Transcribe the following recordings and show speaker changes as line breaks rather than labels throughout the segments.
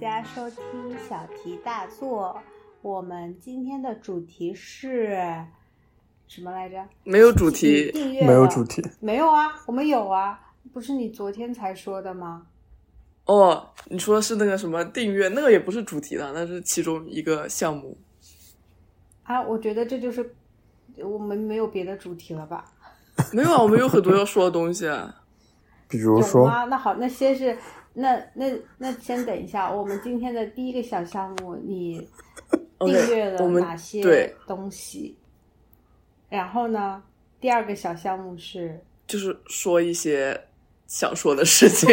家收听小题大做。我们今天的主题是什么来着？
没有主题，
订阅了
没有主，题，
没有啊，我们有啊，不是你昨天才说的吗？
哦，你说是那个什么订阅，那个也不是主题了，那是其中一个项目。
啊，我觉得这就是我们没有别的主题了吧？
没有啊，我们有很多要说的东西啊。
比如
有
说
吗？那好，那先是那那那先等一下，我们今天的第一个小项目，你订
OK，
阅了
我们
哪些
对
东西？然后呢，第二个小项目是
就是说一些想说的事情。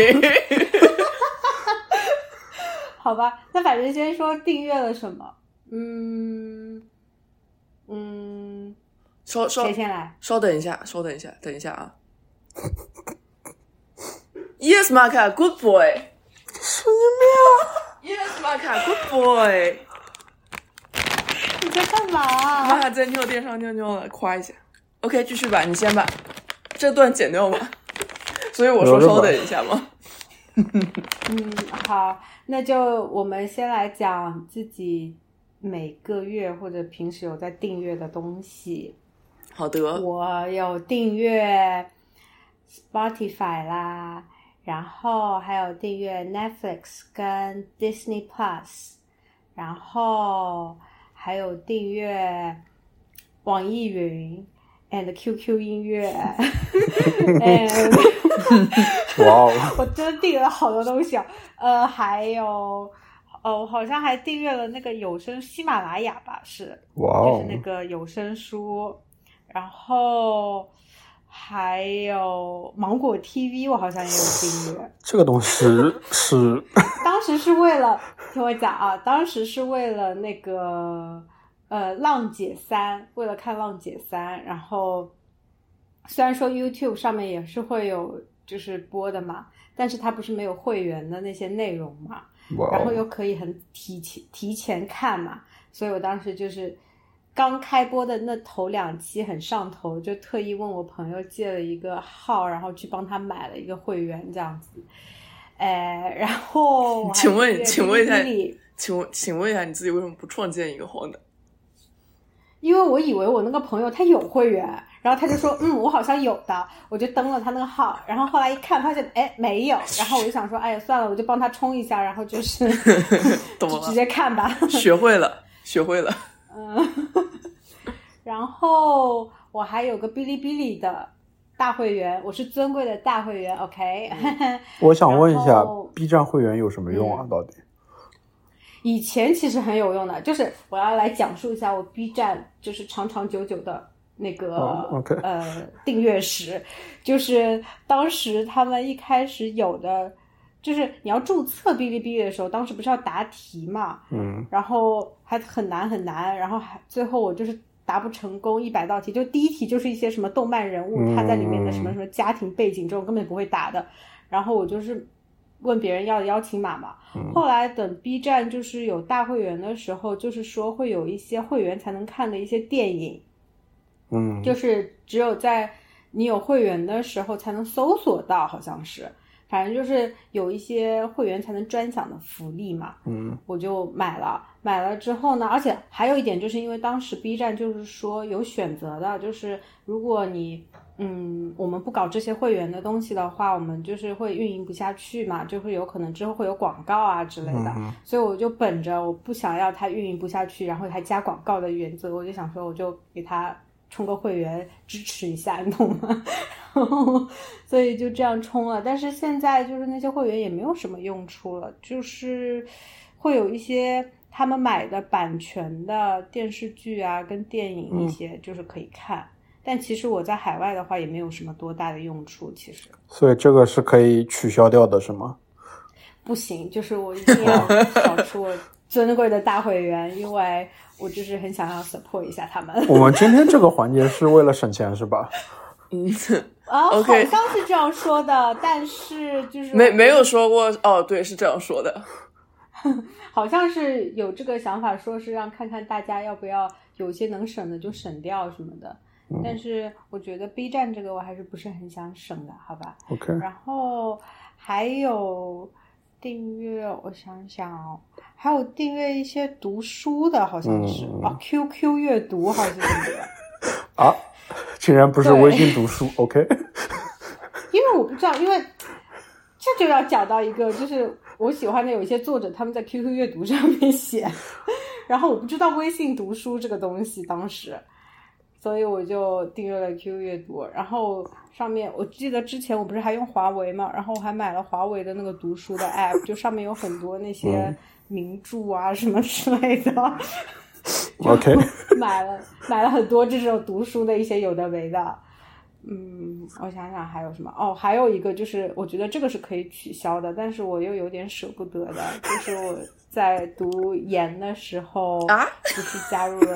好吧，那反正先说订阅了什么。嗯嗯，
稍稍
谁先来？
稍等一下，稍等一下，等一下啊。Yes, Marka, good boy. 什么呀？Yes, Marka, good boy.
你在干嘛、
玛卡在尿垫上尿尿了，夸一下。OK，继续吧，你先吧，这段剪掉吧。所以我说
留着吧
稍等一下嘛。
嗯，好，那就我们先来讲自己每个月或者平时有在订阅的东西。
好的，
我有订阅 Spotify 啦，然后还有订阅 Netflix 跟 Disney Plus，然后还有订阅网易云 and QQ 音乐。and
哇哦，
我真订了好多东西啊，呃，还有。哦，我好像还订阅了那个有声喜马拉雅吧，是，
哇
就是
哦，
那个有声书，然后还有芒果 TV，我好像也有订阅。
这个东西是
当时是为了听我讲啊，当时是为了那个呃《浪姐三》，为了看《浪姐三》，然后虽然说 YouTube 上面也是会有就是播的嘛，但是它不是没有会员的那些内容嘛，
哇
然后
哦，
又可以很提前提前看嘛，所以我当时就是刚开播的那头两期很上头，就特意问我朋友借了一个号，然后去帮他买了一个会员这样子。哎，然后我还
请问
订阅
请问一下
哔哩哔哩
请问，请问一下，你自己为什么不创建一个号呢？
因为我以为我那个朋友他有会员，然后他就说，嗯，我好像有的，我就登了他那个号，然后后来一看发现，哎，没有，然后我就想说，哎呀，算了，我就帮他冲一下，然后就是
懂
就直
了，
接看吧。
学会了，学会了。
嗯， 然后我还有个哔哩哔哩的大会员，我是尊贵的大会员，OK。
我想问一
然
下
后嗯
，B 站会员有什么用啊？到底？
以前其实很有用的，就是我要来讲述一下我 B 站就是长长久久的那个、
哦，OK
呃订阅史，就是当时他们一开始有的，就是你要注册哔哩哔哩的时候，当时不是要答题嘛，
嗯，
然后还很难很难，然后还最后我就是答不成功一百道题，就第一题就是一些什么动漫人物、
嗯
他在里面的什么什么家庭背景这种根本不会答的，然后我就是问别人要邀请码嘛。
嗯
后来等 B 站就是有大会员的时候，就是说会有一些会员才能看的一些电影，
嗯，
就是只有在你有会员的时候才能搜索到，好像是，反正就是有一些会员才能专享的福利嘛。
嗯
我就买了。买了之后呢，而且还有一点，就是因为当时 B 站就是说有选择的，就是如果你嗯，我们不搞这些会员的东西的话，我们就是会运营不下去嘛，就会有可能之后会有广告啊之类的。
嗯，
所以我就本着我不想要它运营不下去，然后还加广告的原则，我就想说，我就给它充个会员支持一下，你懂吗？然后，所以就这样充了。但是现在就是那些会员也没有什么用处了，就是会有一些他们买的版权的电视剧啊，跟电影一些就是可以看。但其实我在海外的话也没有什么多大的用处，其实
所以这个是可以取消掉的，是吗？
不行，就是我一定要找出我尊贵的大会员，因为我就是很想要 support 一下他们。
我们今天这个环节是为了省钱，是吧？
嗯，
啊
OK
好像是这样说的，但是就是
没没有说过哦，对，是这样说的。
好像是有这个想法，说是让看看大家要不要有些能省的就省掉什么的。但是我觉得 B 站这个我还是不是很想省的，好吧？
OK，
然后还有订阅，我想想哦，还有订阅一些读书的，好像是、
嗯
啊，QQ 阅读还是什么的，
啊，竟然不是
对
微信读书，OK？
因为我不知道，因为这就要讲到一个，就是我喜欢的有一些作者他们在 QQ 阅读上面写， 然后我不知道微信读书这个东西当时，所以我就订阅了 QQ 阅读，然后上面我记得之前我不是还用华为嘛，然后我还买了华为的那个读书的 app，就上面有很多那些
嗯
名著啊什么之类的。
OK
买了买了很多这种读书的一些有的没的。嗯，我想想还有什么哦，还有一个就是我觉得这个是可以取消的，但是我又有点舍不得的，就是我在读研的时候
啊，
不是加入了，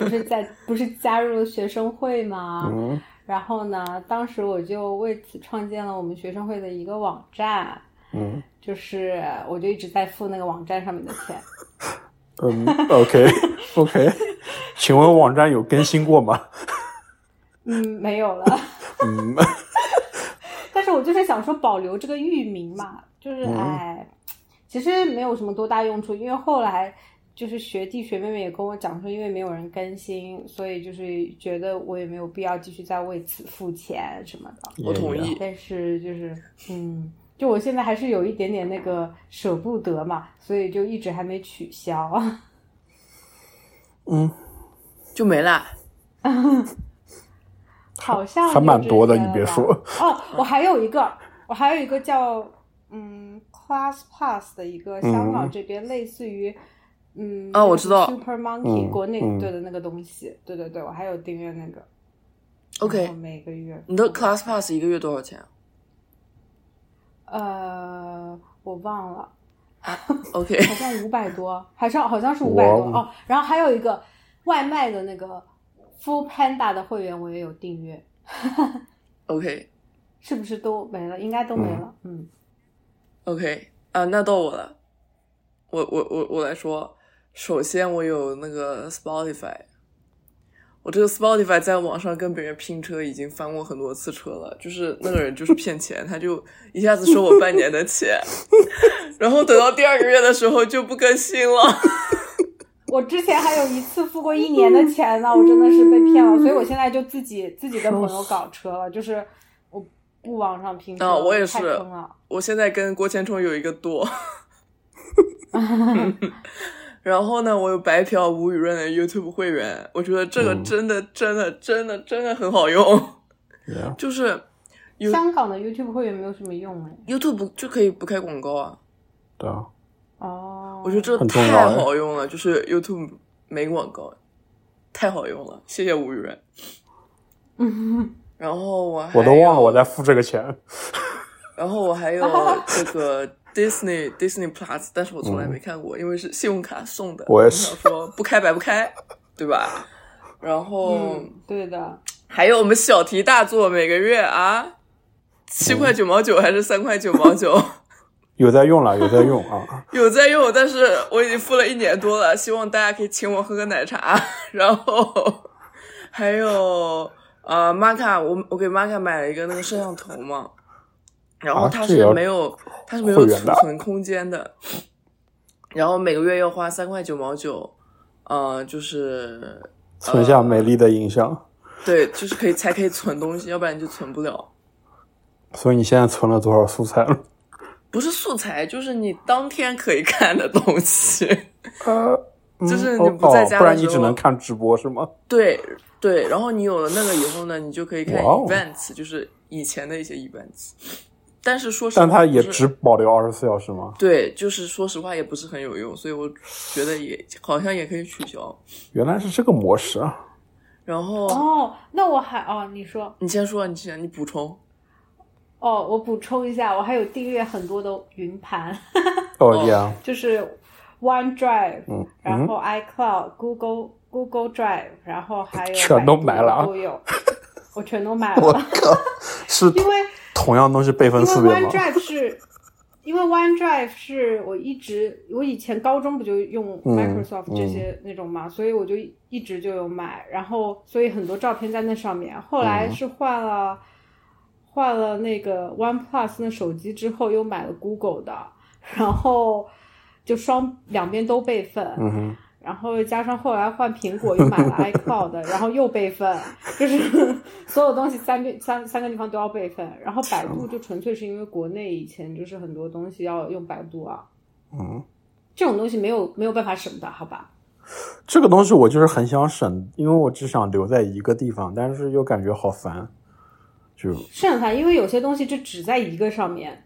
不是在不是加入了学生会吗？
嗯
然后呢，当时我就为此创建了我们学生会的一个网站，
嗯
就是我就一直在付那个网站上面的钱，
嗯，OK OK，请问网站有更新过吗？
嗯，没有了。
嗯
但是我就是想说保留这个域名嘛，就是
嗯
哎，其实没有什么多大用处，因为后来就是学弟学妹们也跟我讲说，因为没有人更新，所以就是觉得我也没有必要继续再为此付钱什么的。
我同
啊
意。
但是就是嗯，就我现在还是有一点点那个舍不得嘛，所以就一直还没取消。
嗯，
就没啦。
嗯好像
还蛮多的
就这些
你别
吧
说
哦，我还有一个，我还有一个叫嗯 Class Pass 的一个
嗯
香港这边类似于嗯
啊我知道
Super Monkey、
嗯
国内
嗯
对的那个东西，对对对，我还有订阅那个。
OK
然后每个月
你的 Class Pass 一个月多少钱啊
呃，我忘了，
？OK，
好像五百多，还是好像是五百
哇
多
哦
哦。然后还有一个外卖的那个 Full Panda 的会员，我也有订阅，
OK
是不是都没了？应该都没了，嗯
OK 啊，那到我了，我我我我来说，首先我有那个 Spotify，我这个 Spotify 在网上跟别人拼车已经翻过很多次车了，就是那个人就是骗钱，他就一下子收我半年的钱， 然后等到第二个月的时候就不更新了。
我之前还有一次付过一年的钱呢，我真的是被骗了，所以我现在就自己自己跟朋友搞车了，就是我不往上拼车，
啊我也
太
是
坑了。
我现在跟郭千冲有一个舵。 然后呢，我有白嫖吴雨润的 YouTube 会员，我觉得这个
嗯
真的、真的真的真的很好用，
，yeah，
就是有
香港的 YouTube 会员没有什么用哎，
YouTube 就可以不开广告啊。
对啊，
哦，
我觉得这
很重要
太
哎
好用了，就是 YouTube 没广告，太好用了，谢谢吴雨润。
嗯
然后我
哎
还
我都忘
有
了我在付这个钱。
然后我还有这个 Disney Disney Plus，但是我从来没看过，因为是信用卡送的。
嗯我也是
想说不开白不开，对吧？然后、
嗯，对的，
还有我们小题大做，每个月啊，七块九毛九还是三块九毛九，
有在用了，有在用啊！
有在用，但是我已经付了一年多了，希望大家可以请我喝个奶茶。 然后还有呃，玛卡，我我给玛卡买了一个那个摄像头嘛，然后
啊
它
这
是
也要
没有、它是没有
会员
储
的
存空间的，然后每个月要花三块九毛九，呃，就是
存下美丽的影像，
对，就是可以才可以存东西，要不然就存不了。
所以你现在存了多少素材了？
不是素材，就是你当天可以看的东西。
呃，嗯
就是你
哦
不在家的
哦，不然你
时候
只能看直播是吗？
对对，然后你有了那个以后呢，你就可以看
哇哦
events，、就是以前的一些 events。但是说实话，
但它也
不是
只保留二十四小时吗？
对，就是说实话也不是很有用，所以我觉得也好像也可以取消。
原来是这个模式啊！
然后、
哦，那我还哦，你说
你先说，你先你补充。
哦，我补充一下，我还有订阅很多的云盘，
哦
哦
呀，
就是 OneDrive，、
嗯
然后 iCloud、Google、Google Drive，然后还有
全都买了啊
百度都有， 我全都买
我
了，
靠，是
因为。
同样东西备份四
因为
遍吗？
OneDrive 是，因为 OneDrive 是我一直，我以前高中不就用
嗯
Microsoft 这些那种嘛，所以我就一直
嗯
就有买，然后所以很多照片在那上面。后来是换了、换了那个 OnePlus 那手机之后，又买了 Google 的，然后就双两边都备份。
嗯哼，
然后加上后来换苹果，又买了 iCloud，然后又备份，就是 所有东西三边三三个地方都要备份。然后百度就纯粹是因为国内以前就是很多东西要用百度啊，
嗯，
这种东西没有没有办法省的，好吧？
这个东西我就是很想省，因为我只想留在一个地方，但是又感觉好烦，就
剩它，因为有些东西就只在一个上面。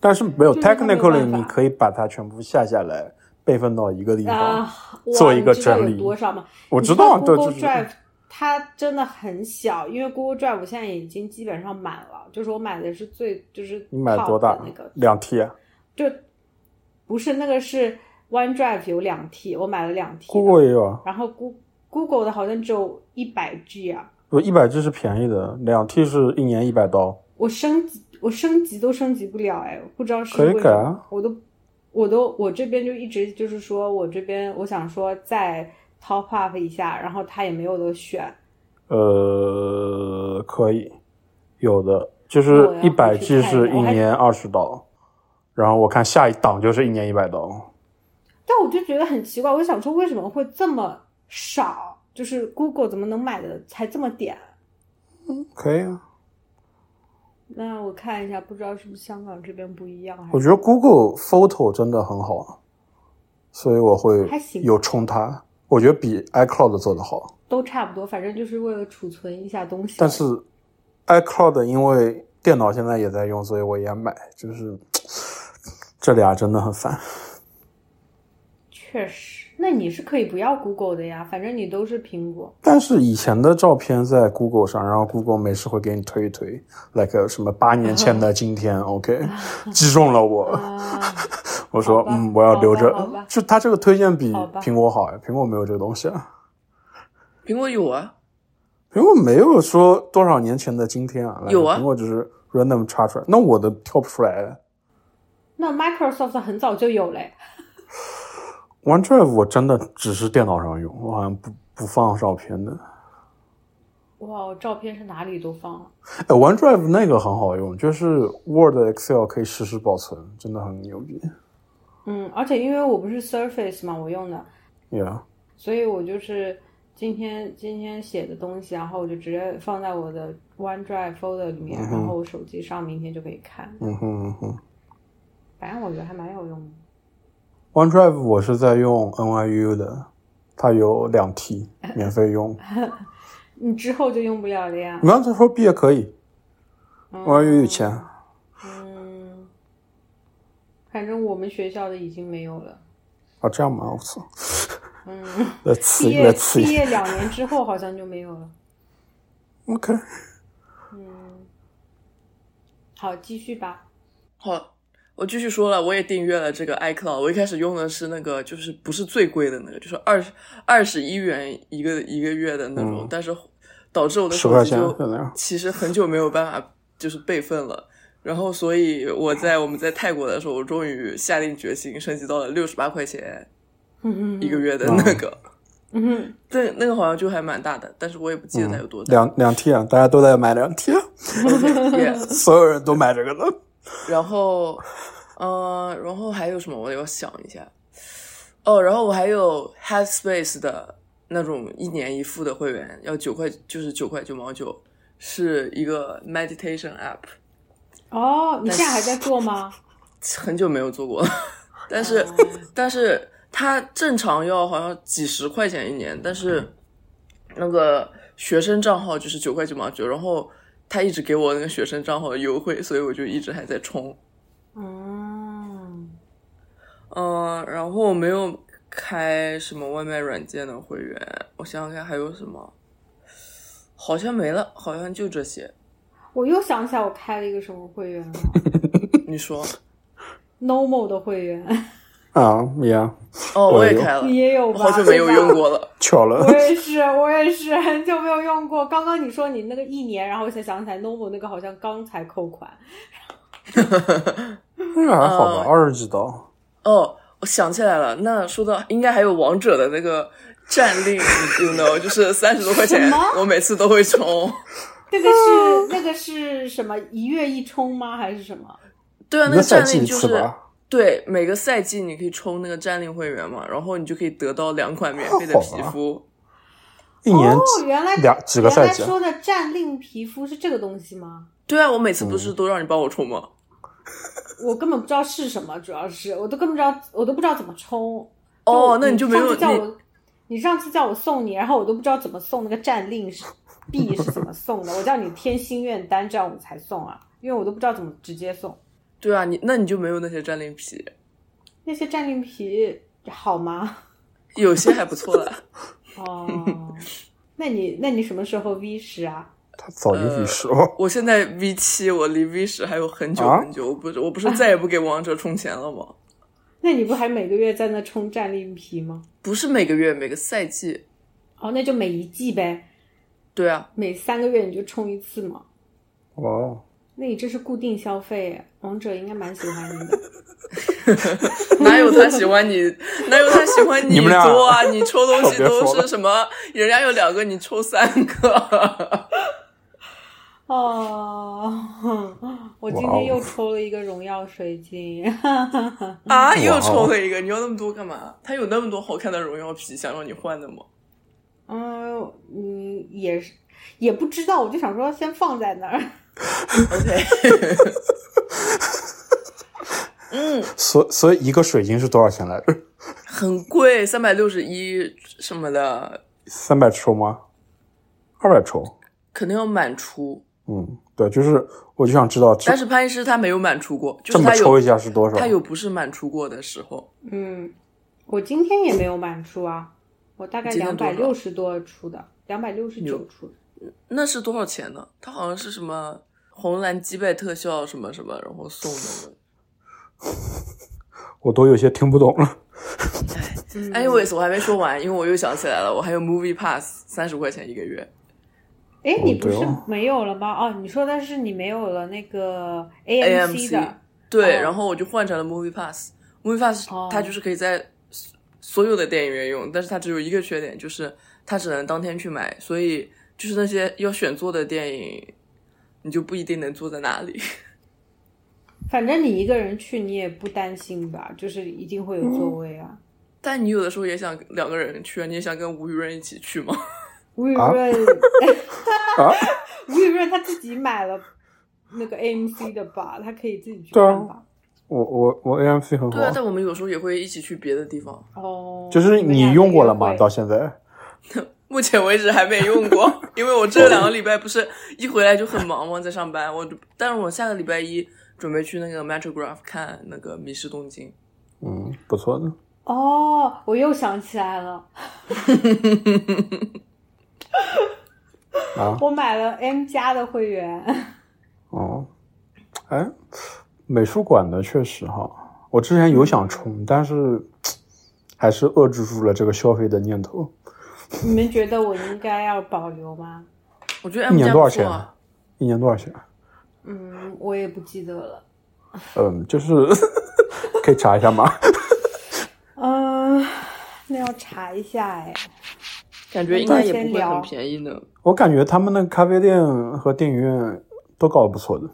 但是没有
就是它没有
technically
办法
你可以把它全部下下来，备份到一个地方。
啊，哇
做一个
你知道
整
有
理
多少吗？
我
你
知
知
道，啊对，就
Google
是
Drive 它真的很小，因为 Google Drive 我现在已经基本上满了，就是我买的是最就是
你买
top
多大
的那个？
两 T 啊
就不是那个是 OneDrive 有两 T，我买了两 T 的
，Google 也有啊，
然后 Go Google 的好像只有一百 G 啊，
不，一百 G 是便宜的，两 T 是一年一百刀。
我升级我升级都升级不了哎，不知道是
可以
为
改
什
啊
么，我都我都我这边就一直就是说我这边我想说再 top up 一下，然后它也没有得选，
呃，可以，有的就
那
是
我要
一百
回去看
G
一下
是一
我还
年二十刀，然后我看下一档就是一年一百刀。
但我就觉得很奇怪，我想说为什么会这么少？就是 Google 怎么能买的才这么点？
可以啊，
那我看一下，不知道是不是香港这边不一样，还
我
是
觉得 Google Photo 真的很好啊，所以我会
还行
有冲它。我觉得比 iCloud 做的好，
都差不多，反正就是为了储存一下东西。
但是 iCloud 因为电脑现在也在用，所以我也买，就是这俩真的很烦。
确实，那你是可以不要 Google 的呀，反正你都是苹果。
但是以前的照片在 Google 上，然后 Google 没事会给你推一推，like 什么八年前
嗯
的今天，OK，击 中了我。
啊，
我说
好，吧哦
嗯，我要留
好吧好
着
吧。
就它这个推荐比
好吧
苹果好呀，苹果没有这个东西啊，
苹果有啊，
苹果没有说多少年前的今天啊，
有啊
苹果只是 random 插出来，那我的跳不出来。
那 Microsoft 很早就有嘞，
OneDrive 我真的只是电脑上用，我好像不不放照片的。
哇，照片是哪里都放了。
哎，OneDrive 那个很好用，就是 Word、Excel 可以实时保存，真的很牛逼。
嗯，而且因为我不是 Surface 嘛，我用的，
Yeah。
所以我就是今天今天写的东西，然后我就直接放在我的 OneDrive folder 里面，
嗯哼
然后我手机上明天就可以看。
嗯哼嗯哼
反正我觉得还蛮有用的。
，OneDrive 我是在用 NYU 的，它有两 T 免费用。
你之后就用不了了呀
你。刚才说毕业可以，NYU 有
嗯
钱。
嗯，反正我们学校的已经没有了。
啊，这样吗？我操！
嗯，
来刺
毕
一个，来
业
刺
毕
一
业两年之后好像就没有了。
个。OK，
嗯，好，继续吧。
好，我继续说了，我也订阅了这个 iCloud。我一开始用的是那个，就是不是最贵的那个，就是二十二十一元一个一个月的那种，
嗯
但是导致我的
十
手
块
机
钱
就
在那儿。
其实很久没有办法就是备份了。然后，所以我在我们在泰国的时候，我终于下定决心升级到了六十八块钱
嗯
一个
嗯
月的那个，
嗯，
对，那个好像就还蛮大的，但是我也不记得它有多大。
两 两 T 啊，大家都在买两 T，啊
OK，yeah
所有人都买这个了。
然后，嗯、然后还有什么？我要想一下。哦，然后我还有 Headspace 的那种一年一付的会员，要九块，就是九块九毛九，是一个 meditation app，
哦，你现在还在做 吗？
很久没有做过了， 但是。
哦
但是它正常要好像几十块钱一年，但是
嗯
那个学生账号就是九块九毛九，然后他一直给我那个学生账号的优惠，所以我就一直还在充。哦
嗯，
嗯，然后我没有开什么外卖软件的会员，我想想看还有什么，好像没了，好像就这些。
我又想起来我开了一个什么会员了
你说？
，Nomo 的会员，
啊，Yeah，
哦，
我
我
也
也
有
开了，
你也有吧？
好久没有
对吧
用。过了。
巧
我
了。
也是，我也是，很久没有用过。刚刚你说你那个一年，然后我才想起来，Nomo 那个好像刚才扣款。
那个哎还好吧，
嗯
二十几刀。
哦，我想起来了，那说到应该还有王者 的那个战令，you know，就是三十多块钱
什么，
我每次都会充。
那个是那个是什么？一月一冲吗？还是什么？
对啊，
一
那个
个赛
战
季
令
一
就
次
是
吧。
对每个赛季你可以充那个战令会员嘛，然后你就可以得到两款免费的
好啊
皮
吧
肤。
一年
哦，
几
原来
两几个赛季
原来
啊
说的战令皮肤是这个东西吗？
对啊，我每次不
嗯
是都让你帮我充吗？
我根本不知道是什么，主要是我都根本不知道，我都不知道怎么充。就
哦
我，
那你就没有
上次叫
你
我，你上次叫我送你，然后我都不知道怎么送那个战令是币是 怎么送的，我叫你填心愿单，这样我才送啊，因为我都不知道怎么直接送。
对啊，你那你就没有那些战令皮，
那些战令皮好吗？
有些还不错 啦。
哦，那你那你什么时候 V 十啊？
他早就预示了。
我现在 V 七，我离 V 十还有很久
啊
很久。我不是我不是再也不给王者充钱了吗？
那你不还每个月在那充战令皮吗？
不是每个月每个赛季，
哦，那就每一季呗，
对啊，
每三个月你就充一次嘛。
哇哦，
那你这是固定消费，王者应该蛮喜欢 你的。
哪有他喜欢你，哪有他喜欢
你们俩
多啊？你抽东西
别
都
说了
是什么？人家有两个，你抽三个。啊
哦，我今
哇哦
天又抽了一个荣耀水晶，
哦
啊，又抽了一个，你要那么多干嘛？他有那么多好看的荣耀皮，想让你换的吗？
嗯嗯，也是也不知道，我就想说先放在那儿。
OK，嗯，
所所以一个水晶是多少钱来着？
很贵，三百六十一什么的，
三百抽吗？二百抽？
肯定要满出。
嗯，对，就是我就想知道这
但是潘医师他没有满出过，就
这
是
么
他
抽
有
一下是多少？
他有不是满出过的时候。
嗯，我今天也没有满出啊，我大概
今
两
天多
百
少
六十多出的，两百六十
牛
九出的。
那是多少钱呢？他好像是什么红蓝击败特效什么什么，然后送的。
我都有些听不懂了。
哎
嗯
，anyways，我还没说完，因为我又想起来了，我还有 Movie Pass 三十块钱一个月。
哎，你不
对
是
哦
没有了吗？哦，你说的是你没有了那个
AMC
的，
对，
哦
然后我就换成了 Movie Pass。Movie Pass
哦
它就是可以在所所有的电影院用，但是它只有一个缺点，就是它只能当天去买，所以就是那些要选座的电影，你就不一定能坐在哪里。
反正你一个人去，你也不担心吧？就是一定会有座位
嗯
啊。
但你有的时候也想两个人去，啊，你也想跟吴雨润一起去吗？
吴雨
啊
润，
啊，
吴雨润他自己买了那个 AMC 的吧，他可以自己去
对啊
看吧。
我我我 AMC 很好
对，啊，但我们有时候也会一起去别的地方。
哦，
就是
们俩
你
在
用过
约
了吗？
会
到现在？
目前为止还没用过， 因为我这两个礼拜不是一回来就很忙嘛，在上班。我就，但是我下个礼拜一准备去那个 Metrograph 看那个《迷失东京》。
嗯，不错的。
哦，我又想起来了，
啊
我买了 M 加的会员。
哦，哎，美术馆的确实哈，我之前有想冲，但是还是遏制住了这个消费的念头。
你们觉得我应该要保留吗？
我觉得
一
M
年
家
多少
不
钱
错
啊
啊，？
一年多少钱啊？
嗯，我也不记得了。
嗯，就是 可以查一下吗？
嗯，那要查一下哎。
感觉应该也
先
不会
聊
很便宜呢。
我感觉他们那个咖啡店和电影院都搞得不错的，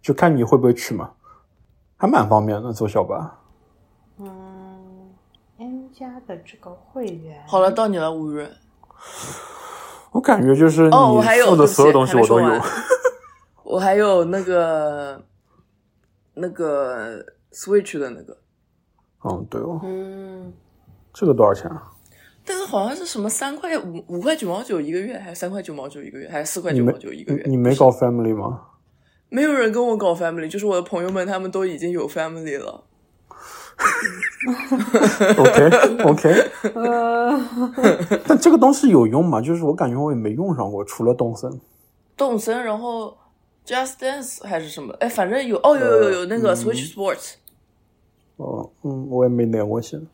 就看你会不会去嘛，还蛮方便的，坐小巴。
嗯，M 加的这个会员，
好了，到你了，吴雨润。
我感觉就是你
哦，我还有
付
对不
的
起
所有东西
还没
我都
说
有，
完我还有那个那个 Switch 的那个，
嗯，对哦，
嗯，
这个多少钱啊？
但是好像是什么三块五五块九毛九一个月，还是三块九毛九一个月，还是四块
你
九毛
没
九一个月？
你你没搞 family 吗？
没有人跟我搞 family，就是我的朋友们，他们都已经有 family 了。
OK OK，
呃，
但这个东西有用吗？就是我感觉我也没用上过，除了动森。
动森，然后 Just Dance 还是什么？哎，反正有哦，有有有有那个
嗯
Switch Sports。
哦，嗯，我也没连过线。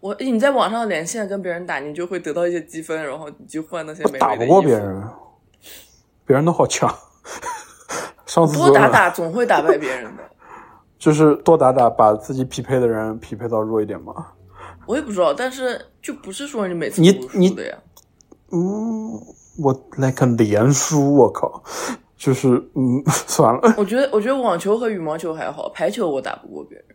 我你在网上连线跟别人打，你就会得到一些积分，然后你就换那些
我
美
打
味的
不
衣
过
服。
别人，别人都 好强。上次
多
说
打
了
打总会打败别人的。
就是多打打，把自己匹配的人匹配到弱一点嘛。
我也不知道，但是就不是说你每次
你
都
你
输的呀。
嗯，我 like 连输，我靠，就是嗯， 算了，
我觉得，我觉得网球和羽毛球还好，排球我打不过别人，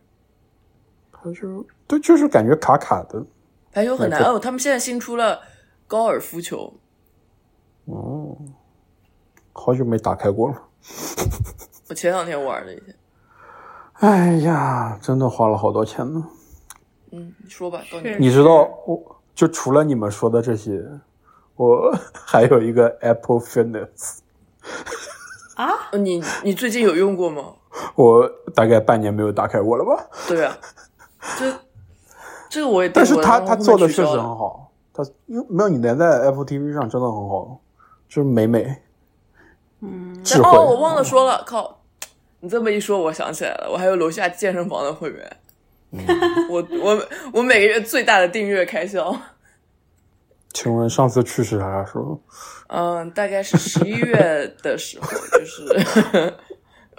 他就对，就是感觉卡卡的，
排球很难
排球
哦。他们现在新出了高尔夫球，
哦，好久没打开过了。
我前两天玩了一下。
哎呀，真的花了好多钱呢。
嗯，你说吧，到你
是
你知道，我就除了你们说的这些，我 还有一个 Apple Fitness，
啊，
呃你你最近有用过吗？
我大概半年没有打开过了吧。
对啊，这这个我也
但是
订过
他
然后
他
后面
做的
取
确实
消
很
了
好，他因为没有你连在 Apple TV 上真的很好，就是美美
嗯，
智慧。
哦，我忘了说了，靠！你这么一说，我想起来了，我还有楼下健身房的会员。我我我每个月最大的订阅开销，
请问上次去是啥时候？
嗯，大概是十一月的时候，就是 呃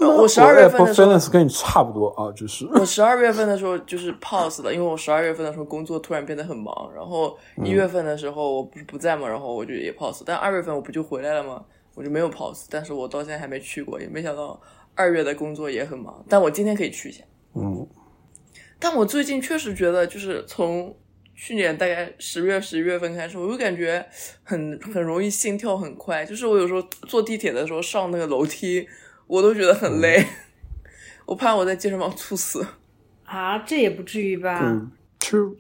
那
我十二月份
Apple
的时候，
Fitness 跟你差不多啊，就是
我十二月份的时候就是 pause 了，因为我十二月份的时候工作突然变得很忙，然后一月份的时候我不是不在嘛，然后我就也 pause，但二月份我不就回来了吗？我就没有 pause，但是我到现在还没去过，也没想到二月的工作也很忙，但我今天可以去一下。
嗯，
但我最近确实觉得，就是从去年大概十月、十一月份开始，我就感觉很很容易心跳很快，就是我有时候坐地铁的时候上那个楼梯，我都觉得很累，我怕我在健身房猝死。
啊，这也不至于吧？
嗯就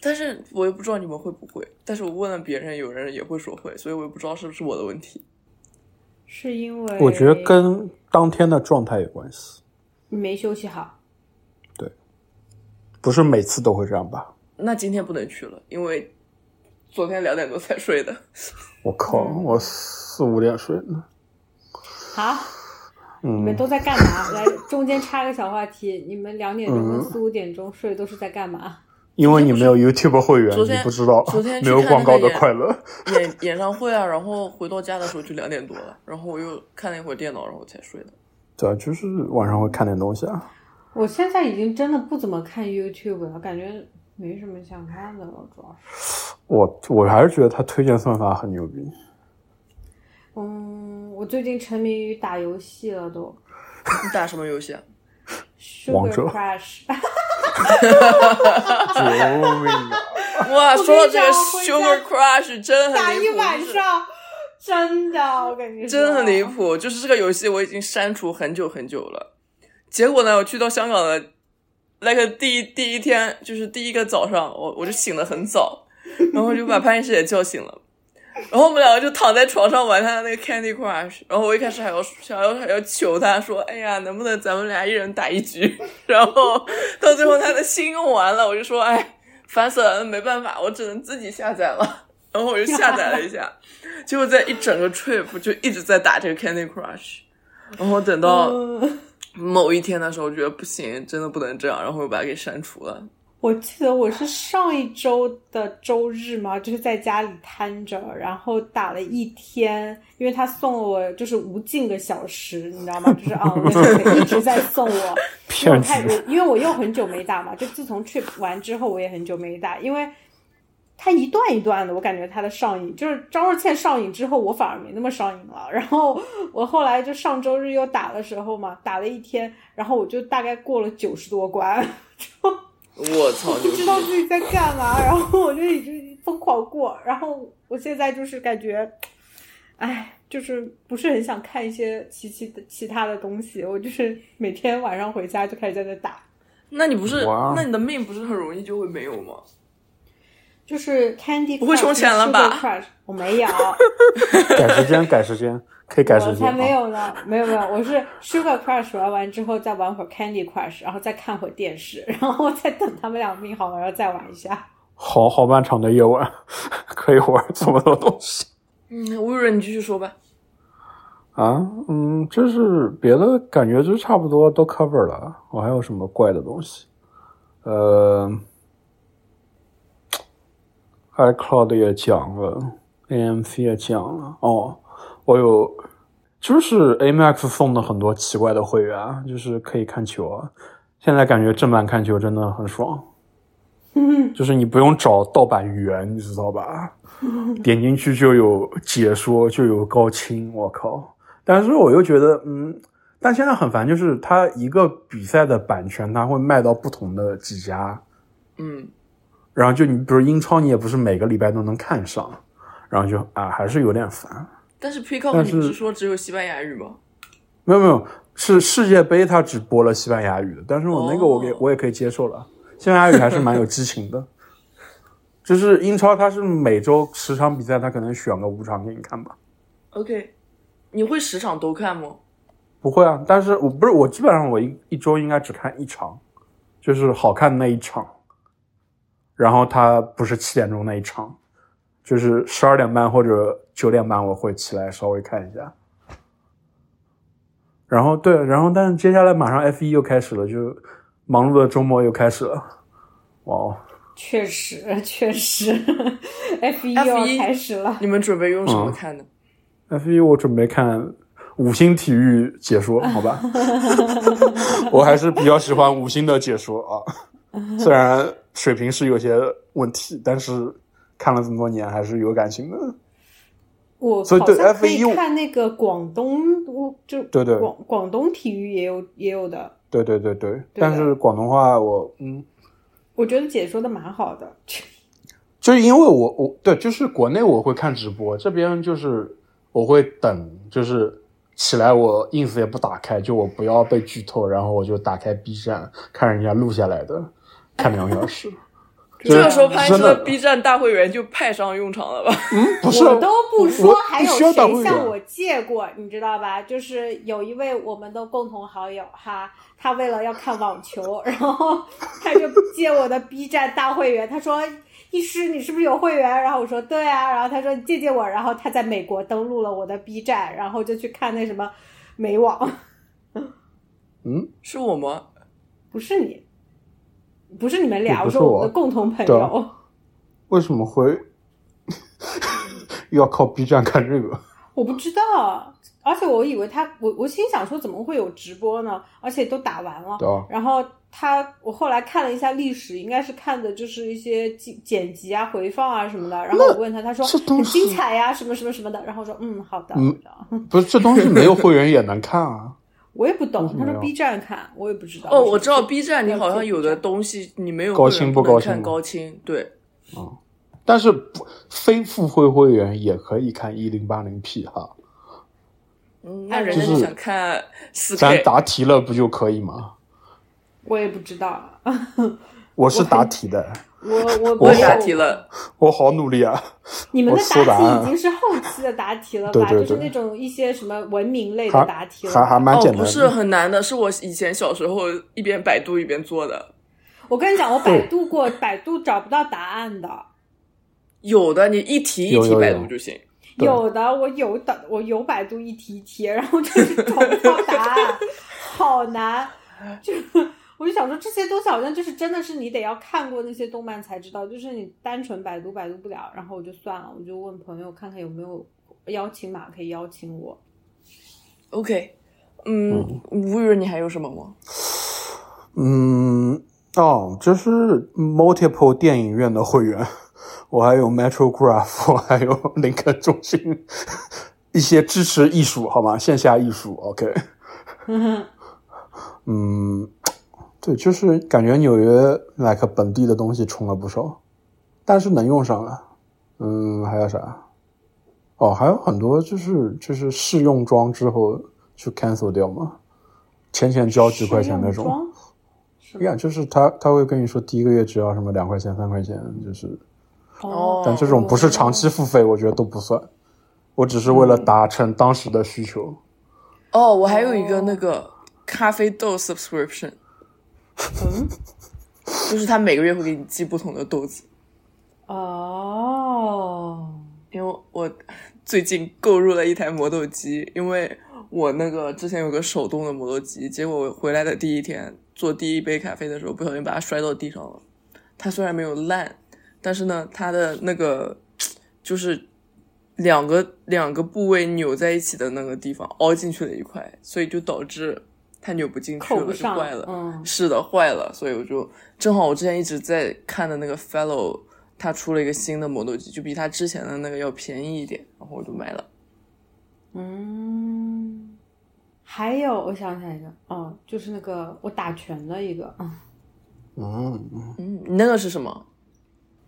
但是我也不知道你们会不会，但是我问了别人，有人也会说会，所以我也不知道是不是我的问题。
是因为
我觉得跟当天的状态有关系，
你没休息好。
不是每次都会这样吧？
那今天不能去了，因为昨天两点多才睡的。
我靠，
嗯
我四五点睡呢。
好，啊你们
嗯，
都在干嘛？ 来，中间插个小话题，你们两点
嗯
钟跟四五点钟睡都是在干嘛？
因为你没有 YouTube 会员，
昨天
你不知道
昨天去
没有
看那
广
个
告的
演
快乐。
演演唱会啊，然后回到家的时候就两点多了，然后我又看了一会儿电脑，然后才睡的。
对，啊就是晚上会看点东西啊。
我现在已经真的不怎么看 YouTube 了，感觉没什么想看的了，主要是。
我我还是觉得他推荐算法很牛逼。
嗯，我最近沉迷于打游戏了都。
你打什么游戏 啊？
王
Sugar
者
Crush，
救命啊！
我
哇，
跟你
说到这个
讲我回家
Sugar Crush 真的
打
很离
一
谱，
晚
就是
上，真的，我跟你说，
真的很离。谱。就是这个游戏我已经删除很久很久了，结果呢，我去到香港的那个第一第一天，就是第一个早上，我我就醒得很早，然后就把 潘石也叫醒了。然后我们两个就躺在床上玩他的那个 Candy Crush，然后我一开始还要想要还要求他说，哎呀，能不能咱们俩一人打一局？ 然后到最后他的心用完了，我就说，哎，烦死了，没办法，我只能自己下载了。然后我就下载了一下，结果在一整个 trip 就一直在打这个 Candy Crush，然后等到
嗯，
某一天的时候，我觉得不行，真的不能这样，然后我把它给删除了。
我记得我是上一周的周日嘛，就是在家里瘫着，然后打了一天，因为他送了我就是无尽个小时，你知道吗？就是 online 一直在送我，因为我
骗
太
局，
我因为我又很久没打嘛，就自从 trip 完之后，我也很久没打，因为。他一段一段的，我感觉他的上瘾就是张若倩上瘾之后，我反而没那么上瘾了。然后我后来就上周日又打的时候嘛，打了一天，然后我就大概过了九十多关，
我操，
不
牛
知道
逼！
自己在干嘛，然后我就一直疯狂过，然后我现在就是感觉，哎，就是不是很想看一些其其其他的东西，我就是每天晚上回家就开始在那打，
那你不是
哇，哦
那你的命不是很容易就会没有吗？
就是 Candy
不会
Crush
充钱了吧
和 Sugar Crush，我没 有，
改时间，改时间，可以改时
我
间
才
啊。
没有呢，没有没有，我是 Sugar Crush 玩完之后再玩会儿 Candy Crush，然后再看会儿电视，然后再等他们俩命好了，然后再玩一下。
好好漫长的夜晚， 可以玩这么多东西
嗯，吴主任，你继续说吧。
啊？嗯，就是别的感觉就差不多都 cover 了。我还有什么怪的东西？呃，iCloud 也讲了，AMC 也讲了。哦，我有，就是 Amax 送的很多奇怪的会员啊，就是可以看球啊。现在感觉正版看球真的很爽。就是你不用找盗版源，你知道吧？点进去就有解说，就有高清，我靠！但是我又觉得，嗯，但现在很烦，就是它一个比赛的版权，它会卖到不同的几家，
嗯，
然后就你比如英超，你也不是每个礼拜都能看上，然后就啊，还是有点烦。
但是 Peacock
但
你
是
不是说只有西班牙语吗？
没有没有，是世界杯它只播了西班牙语的，但是我那个我给、
哦
我也可以接受了，西班牙语还是蛮有激情的。 就是英超，它是每周十场比赛，它可能选个五场给你看吧。
OK，你会十场都看吗？
不会啊，但是我不是我基本上我一一周应该只看一场，就是好看的那一场，然后它不是七点钟那一场，就是十二点半或者九点半我会起来稍微看一下。然后对，然后但是接下来马上 F 一又开始了，就忙碌的周末又开始了，哇哦！
确实确实，F 一又
F1
要开始了。
你们准备用什
嗯
么看呢？
F 一我准备看五星体育解说，好吧？ 我还是比较喜欢五星的解说啊，虽然水平是有些问题，但是看了这么多年还是有感情的。
我
所以
好
对
像可以
F1
看那个广东，我就
对对
广广东体育也有也有的，
对对对对，但是广东话我嗯，
我觉得解说的蛮好的。
就是因为我我对，就是国内我会看直播，这边就是我会等，就是起来我 ins 也不打开，就我不要被剧透，然后我就打开 B 站看人家录下来的， 看两个小时。
这个时候拍出
真
的
的
B 站大会员就派上用场了吧？
不是，
我都不说
我，
还有
必须要打会
谁
员
向我借过，你知道吧？就是有一位我们的共同好友哈，他为了要看网球，然后他就借我的 B 站大会员，他说。医师，你是不是有会员？然后我说对啊，然后他说你借借我，然后他在美国登录了我的 B 站，然后就去看那什么美网，
是我吗？
不是你，不是你们俩，
也不是
说我
我
们的共同朋
对
友
啊，为什么会要靠 B 站看这个？
我不知道，而且我以为他，我我心想说怎么会有直播呢？而且都打完了，
对啊，
然后他，我后来看了一下历史，应该是看的就是一些剪剪辑啊、回放啊什么的。然后我问他，他说
这东
很
西
精彩呀、什么什么什么的。然后我说嗯，好的。
嗯
这样
不是这东西没有会员也能看啊。
我也不懂
为，什
他
么
说
要
B 站看，我也不知道。
哦，我知道
是
B 站你好像有的东西你没有
高清
不
不
能
高清
看
吗
高清，对，
但是不非付费会员也可以看一零八零 P 哈，
嗯那人家
就是
就想看四
咱
K，
答题了不就可以吗？
我也不知道。
我是答题的，
我我
我
没有
答题了，
我好努力啊！
你们的
我搜答
答
案
题已经是后期的答题了吧？
对对
就是
对
那种一些什么文明类的
还
答题了吧。
还还蛮
哦，
简单的，
不是很难的，是我以前小时候一边百度一边做的。
我跟你讲，我百度过，百度找不到答案的。
有的你一题一
有
题
有
百
有
度就行，
对
有的我有的我有百度一题一题，然后就是找不到答案，好难。就是我就想说，这些东西好像就是真的是你得要看过那些动漫才知道，就是你单纯百度百度不了。然后我就算了，我就问朋友看看有没有邀请码可以邀请我。
OK，嗯，吴语你还有什么吗？
嗯，哦，就是 multiple 电影院的会员， 我还有 Metrograph，我 还有林肯中心， 一些支持艺术好吗？线下艺术，OK。嗯，对，就是感觉纽约 like 本地的东西充了不少，但是能用上了。嗯，还有啥？哦，还有很多就是就是试用装之后去 cancel 掉嘛，浅浅交几块钱那
试
种
用。装，是
一样，
吗？
就是他他会跟你说第一个月只要什么两块钱三块钱，就是
哦，
但这种不是长期付费，我觉得都不算。我只是为
嗯
了达成当时的需求。
哦，我还有一个
哦
那个咖啡豆 subscription，
嗯
就是他每个月会给你寄不同的豆子。
哦，
因为我最近购入了一台磨豆机，因为我那个之前有个手动的磨豆机，结果我回来的第一天做第一杯咖啡的时候，不小心把它摔到地上了。它虽然没有烂，但是呢，它的那个就是 两个两个部位扭在一起的那个地方凹进去了一块，所以就导致太扭不进去
扣
了，
不
就
上
坏了。
嗯
是的，坏了，所以我就正好我之前一直在看的那个 Fellow，它出了一个新的磨豆机，就比它之前的那个要便宜一点，然后我就买了。
嗯，还有我想起来一个，哦，就是那个我打拳的一个，嗯，
嗯，
嗯，你那个是什么？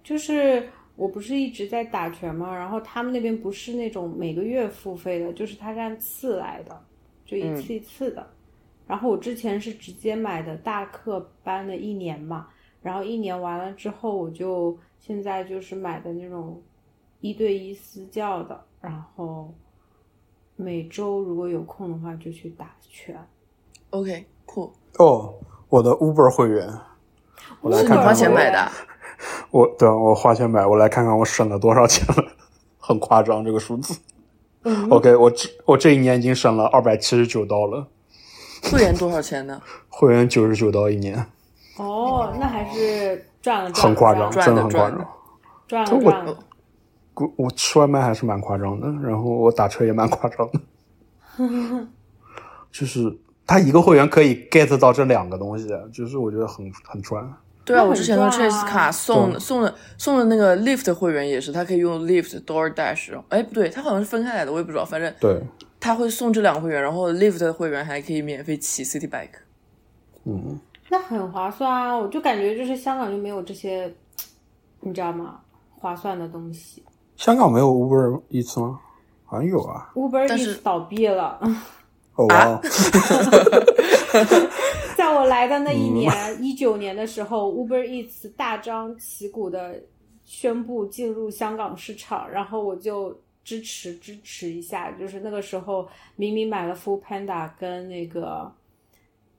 就是我不是一直在打拳嘛，然后他们那边不是那种每个月付费的，就是它是按次来的，就一次一次的。然后我之前是直接买的大课班的一年嘛，然后一年完了之后，我就现在就是买的那种一对一私教的，然后每周如果有空的话就去打拳。
OK，酷，
哦，我的 Uber 会员，我来
是
是你
看看
花钱
我
买的啊？
我对啊我花钱买，我来看看我省了多少钱了，很夸张这个数字。
嗯
OK，我这我这一年已经省了二百七十九刀了，
会员多少钱呢？
会员九十九刀一年，
哦，那还是赚了，赚
很
了
夸张，
赚了
真的很夸
赚的
赚
赚的。
张
了
这我
赚
呃
了。
我我吃外卖还是蛮夸张的，然后我打车也蛮夸张的，就是他一个会员可以 get 到这两个东西，啊就是我觉得很很赚。
对啊，
那
我
很
之前用
赚
Chase
啊
卡送
对
送的送的那个 Lyft 会员也是，他可以用 Lyft、DoorDash，哎不对，他好像是分开来的，我也不知道，反正
对，
他会送这两个会员，然后 Lyft 的会员还可以免费骑 City Bike。
嗯，
那很划算啊！我就感觉就是香港就没有这些，你知道吗？划算的东西。
香港没有 Uber 一次吗？好像有啊。
Uber
但是
Eats 倒闭了，
哦，哇哦，
在我来的那一年，一九、年的时候，Uber Eats 大张旗鼓的宣布进入香港市场，然后我就支持支持一下。就是那个时候，明明买了 Food Panda 跟那个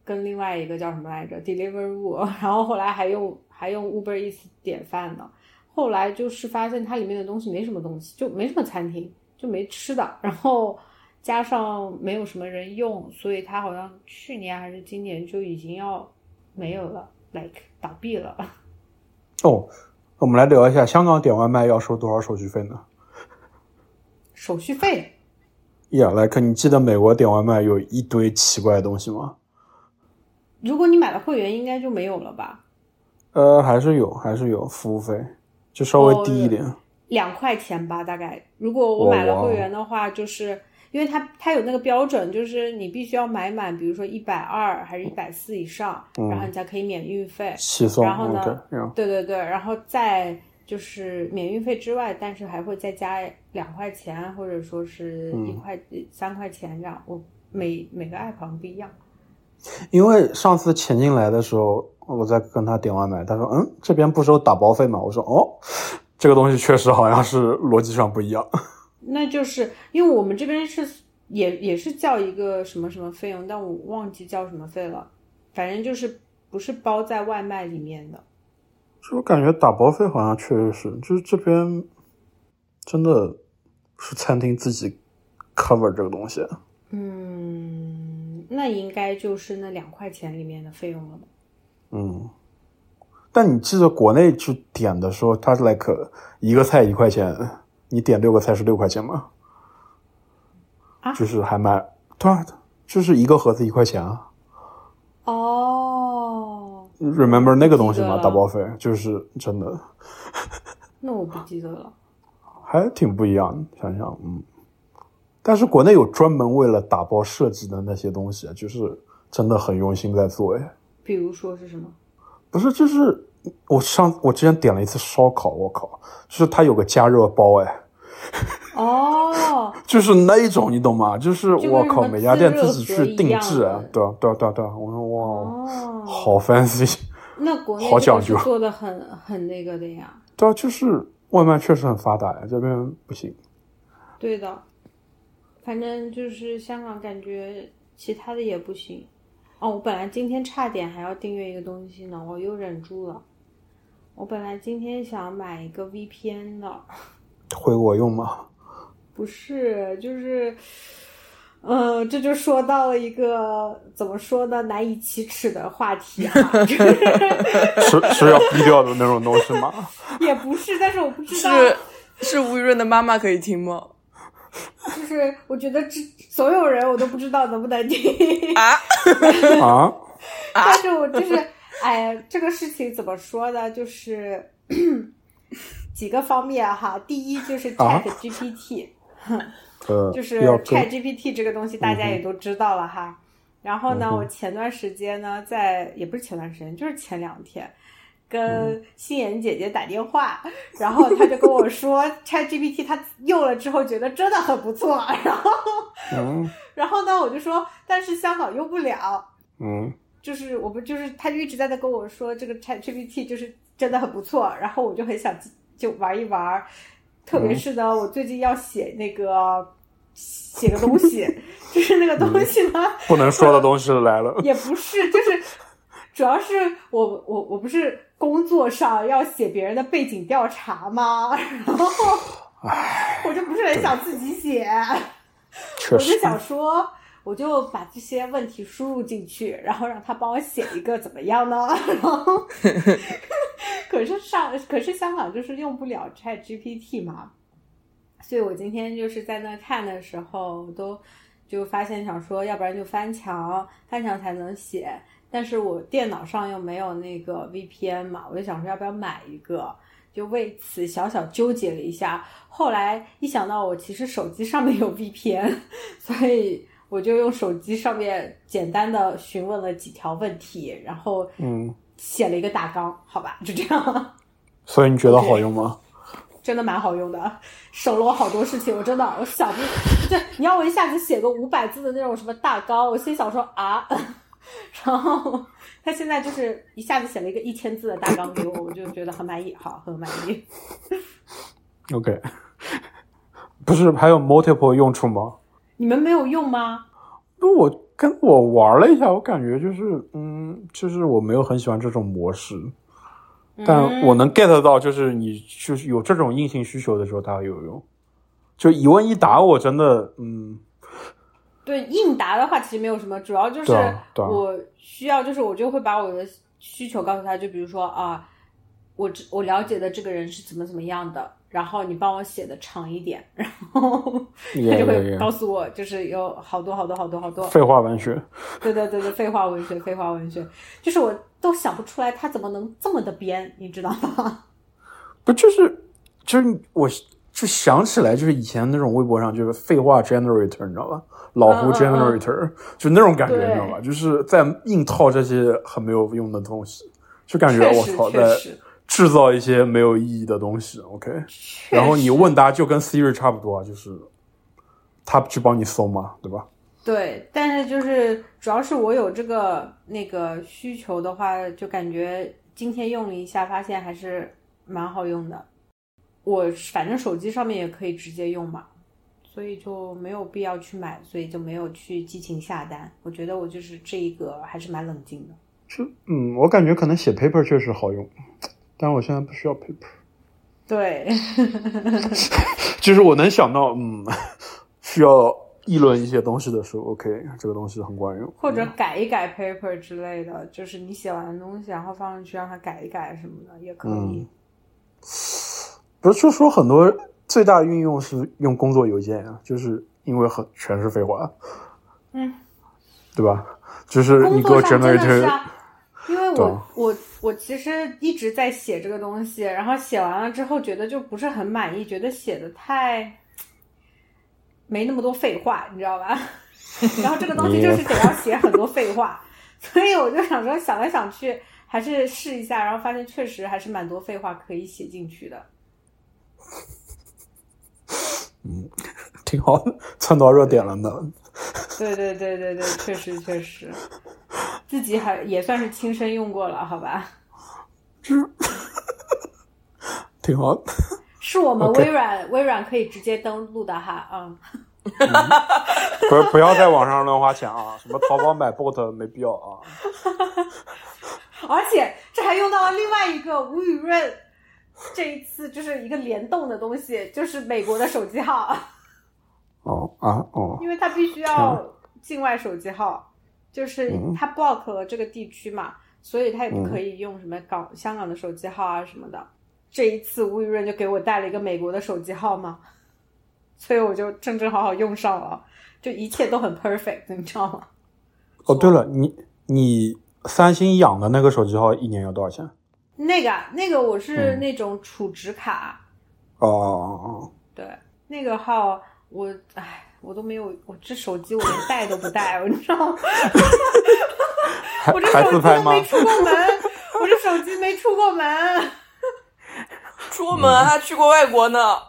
跟另外一个叫什么来着 Deliveroo，然 后后来还用还用 Uber Eats 点饭呢。后来就是发现它里面的东西没什么东西，就没什么餐厅，就没吃的，然后加上没有什么人用，所以它好像去年还是今年就已经要没有了，like 倒闭了。
哦，我们来聊一下香港点外卖要收多少手续费呢
手续费
？Yeah，来看，你记得美国点外卖有一堆奇怪的东西吗？
如果你买了会员，应该就没有了吧？
呃，还是有，还是有服务费，就稍
哦
微低一点。
两块钱吧，大概。如果我买了
哇
会员的话，就是因为它它有那个标准，就是你必须要买满，比如说一百二还是一百四以上，
嗯
然后你才可以免运费。
起送
然后呢
OK，这样
对对对，然后再就是免运费之外，但是还会再加两块钱，或者说是一块、三块钱这样。我每每个 app 好像不一样。
因为上次钱进来的时候，我在跟他点外卖，他说：“嗯，这边不收打包费嘛。”我说：“哦，这个东西确实好像是逻辑上不一样。
那就是因为我们这边是也也是叫一个什么什么费用，但我忘记叫什么费了，反正就是不是包在外卖里面的。”
就我感觉打包费好像确实是，就是这边真的是餐厅自己 cover 这个东西。
嗯，那应该就是那两块钱里面的费用了吧？
嗯，但你记得国内去点的时候，它是 like 一个菜一块钱，你点六个菜是六块钱吗？
啊
就是还蛮对啊，就是一个盒子一块钱啊。
哦，
remember 那个东西
记得
吗？
了
打包费就是真的
那我不记得了。
还挺不一样，想想嗯。但是国内有专门为了打包设计的那些东西，啊就是真的很用心在做哎。
比如说是什么？
不是，就是我上我之前点了一次烧烤，我靠，就是它有个加热包哎，
哦，
就是那一种你懂吗？就是
就跟
我
什
靠，
么
每家店
自热
自己
盒
去
一
定
样
制啊
的，
对啊对啊对啊对啊，我说哇，
哦，
好 fancy，
那国内
好
这个
讲
是
究啊
做的很很那个的呀。
对啊，就是外卖确实很发达呀，这边不行。
对的，反正就是香港，感觉其他的也不行。哦，我本来今天差点还要订阅一个东西呢，我又忍住了。我本来今天想买一个 VPN 的，
回国用吗？
不是，就是，呃，这就说到了一个怎么说呢，难以启齿的话题 啊，就是
是是要低调的那种东西吗？
也不是，但是我不知道，
是是吴雨润的妈妈可以听吗？
就就是我觉得这所有人我都不知道能不能听，
啊，
啊，
但是我就是哎呀，这个事情怎么说呢？就是 几个方面哈，第一就是
啊
Chat GPT，、
呃，
就是
要嗯
Chat GPT 这个东西，大家也都知道了哈。然后呢
嗯，哼
我前段时间呢，在也不是前段时间，就是前两天，
嗯
跟心妍姐姐打电话，然后她就跟我说 Chat GPT 她用了之后觉得真的很不错，然后
嗯
然后呢，我就说，但是香港用不了，
嗯
就是我们就是他就一直在那跟我说这个 ChatGPT 就是真的很不错，然后我就很想就玩一玩，特别是呢，我最近要写那个写个东西， 就是那个东西呢
不能说的东西来了，
也不是，就是主要是我我我不是工作上要写别人的背景调查吗？ 然后我就不是很想自己写，
确
我
实
就，想说，我就把这些问题输入进去，然后让他帮我写一个怎么样呢？ 然后，可是上，可是香港就是用不了 Chat GPT 嘛，所以我今天就是在那看的时候，我都就发现想说，要不然就翻墙，翻墙才能写。但是我电脑上又没有那个 VPN 嘛，我就想说要不要买一个，就为此小小纠结了一下。后来一想到我其实手机上面有 VPN，所 以我就用手机上面简单的询问了几条问题，然后
嗯，
写了一个大纲，好吧，就这样，
所以你觉得好用吗？
真的蛮好用的，省了我好多事情。我真的我想不，这你要我一下子写个五百字的那种什么大纲，我心想说啊， 然后他现在就是一下子写了一个一千字的大纲给我，我就觉得很满意，好，很满意。
OK，不是还有 multiple 用处吗？
你们没有用吗？
那我跟我玩了一下，我感觉就是，嗯，就是我没有很喜欢这种模式，
嗯
但我能 get 到，就是你就是有这种硬性需求的时候，它有用。就一问一答，我真的，嗯，
对应答的话，其实没有什么，主要就是
对啊对啊
我需要，就是我就会把我的需求告诉他，就比如说啊，我知我了解的这个人是怎么怎么样的，然后你帮我写的长一点，然后
也
他就
也
会
也
告诉我，就是有好多好多好多好 多，
废话文学，
对对对对，废话文学，废话文学，就是我都想不出来他怎么能这么的编，你知道吗？
不就是就是我就想起来，就是以前那种微博上就是废话 generator，你知道吧？老
嗯嗯
胡
嗯
generator，、就那种感觉，
对
你知道吧？就是在硬套这些很没有用的东西，就感觉
确
我
实
操，在
确实，
制造一些没有意义的东西，OK。
确
然后你
实
问答就跟 Siri 差不多啊，就是他去帮你搜嘛，对吧？
对，但是就是主要是我有这个那个需求的话，就感觉今天用了一下，发现还是蛮好用的。我反正手机上面也可以直接用嘛，所以就没有必要去买，所以就没有去激情下单。我觉得我就是这一个还是蛮冷静的。
嗯，我感觉可能写 paper 确实好用，但我现在不需要 paper。
对，
就是我能想到，嗯， 需要议论一些东西的时候，OK，这个东西很管用。嗯
或者改一改 paper 之类的，就是你写完的东西，然后放上去让它改一改什么的也可以。
嗯不是就说很多最大运用是用工作邮件啊，就是因为很全是废话，
嗯，
对吧？就是
工
你给我
作上真的
generator，
是、啊，因为
懂
我我我其实一直在写这个东西，然后写完了之后觉得就不是很满意，觉得写的太没那么多废话，你知道吧？ 然后这个东西就是得要写很多废话， 所以我就想说想来想去还是试一下，然后发现确实还是蛮多废话可以写进去的。
挺好的，蹭到热点了呢。
对对对对对，确实确实，自己还也算是亲身用过了，好吧？
挺好的，
是我们
OK
微软微软可以直接登录的哈，嗯，
不不要在网上乱花钱啊！什么淘宝买 bot 没必要啊。
而且这还用到了另外一个吴雨润，这一次就是一个联动的东西，就是美国的手机号，
哦啊哦，
因为它必须要境外手机号，就是它 block 了这个地区嘛，所以它也不可以用什么港香港的手机号啊什么的。这一次吴雨润就给我带了一个美国的手机号嘛，所以我就正正好好用上了，就一切都很 perfect，你知道吗？
哦，对了，你你三星养的那个手机号一年要多少钱？
那个啊那个我是
嗯
那种储值卡，
哦哦哦
对，那个号我唉，我都没有，我这手机我连带都不 带，你知道吗？
哦，还
我这
还
手
自
机
拍
都
吗？嗯
没出 过门，我这手机没出过门，
出门还去过外国呢。
哦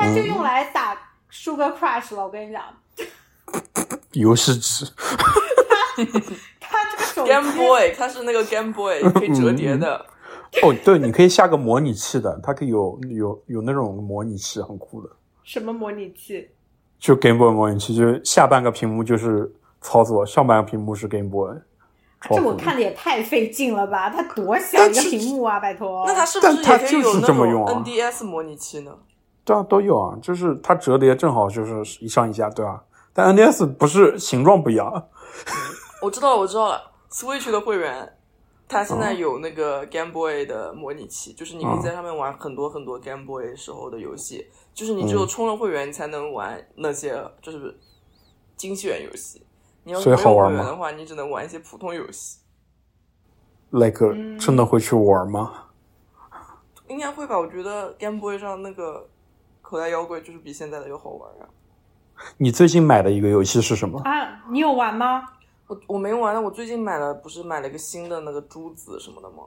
它就用来打 Sugar Crush 了。我跟你讲，
游戏机，
它这个手
Game
机
Boy，它是那个 Game Boy
嗯
可以折叠的。
哦，对，你可以下个模拟器的，它可以有有有那种模拟器，很酷的，
什么模拟器？
就 Game Boy 模拟器，就是下半个屏幕就是操作，上半个屏幕是 Game Boy。超
这
酷
我
的
看的也太费劲了吧！它多小
但
一个
是
屏幕啊，拜托。
那它是不是
但它
也可以有
就
那
是这
种
么用啊
NDS 模拟器呢？
对啊，都有啊，就是它折叠正好就是一上一下，对吧、但 NDS 不是形状不一样，啊
我知道了，我知道了，Switch 的会员，它现在有那个 Game Boy 的模拟器，就是你可
嗯
以在上面玩很多很多 Game Boy 时候的游戏，就是你只有充了会员，你才能玩那些就是精选游戏。你要是
所以
没
好
有
玩
会员
吗
的话，你只能玩一些普通游戏。
那个
嗯
真的会去玩吗？
应该会吧？我觉得 Game Boy 上那个口袋妖怪就是比现在的要好玩啊。
你最近买的一个游戏是什么？
啊，你有玩吗？
我我没玩，但我最近买了，不是买了个新的那个珠子什么的吗？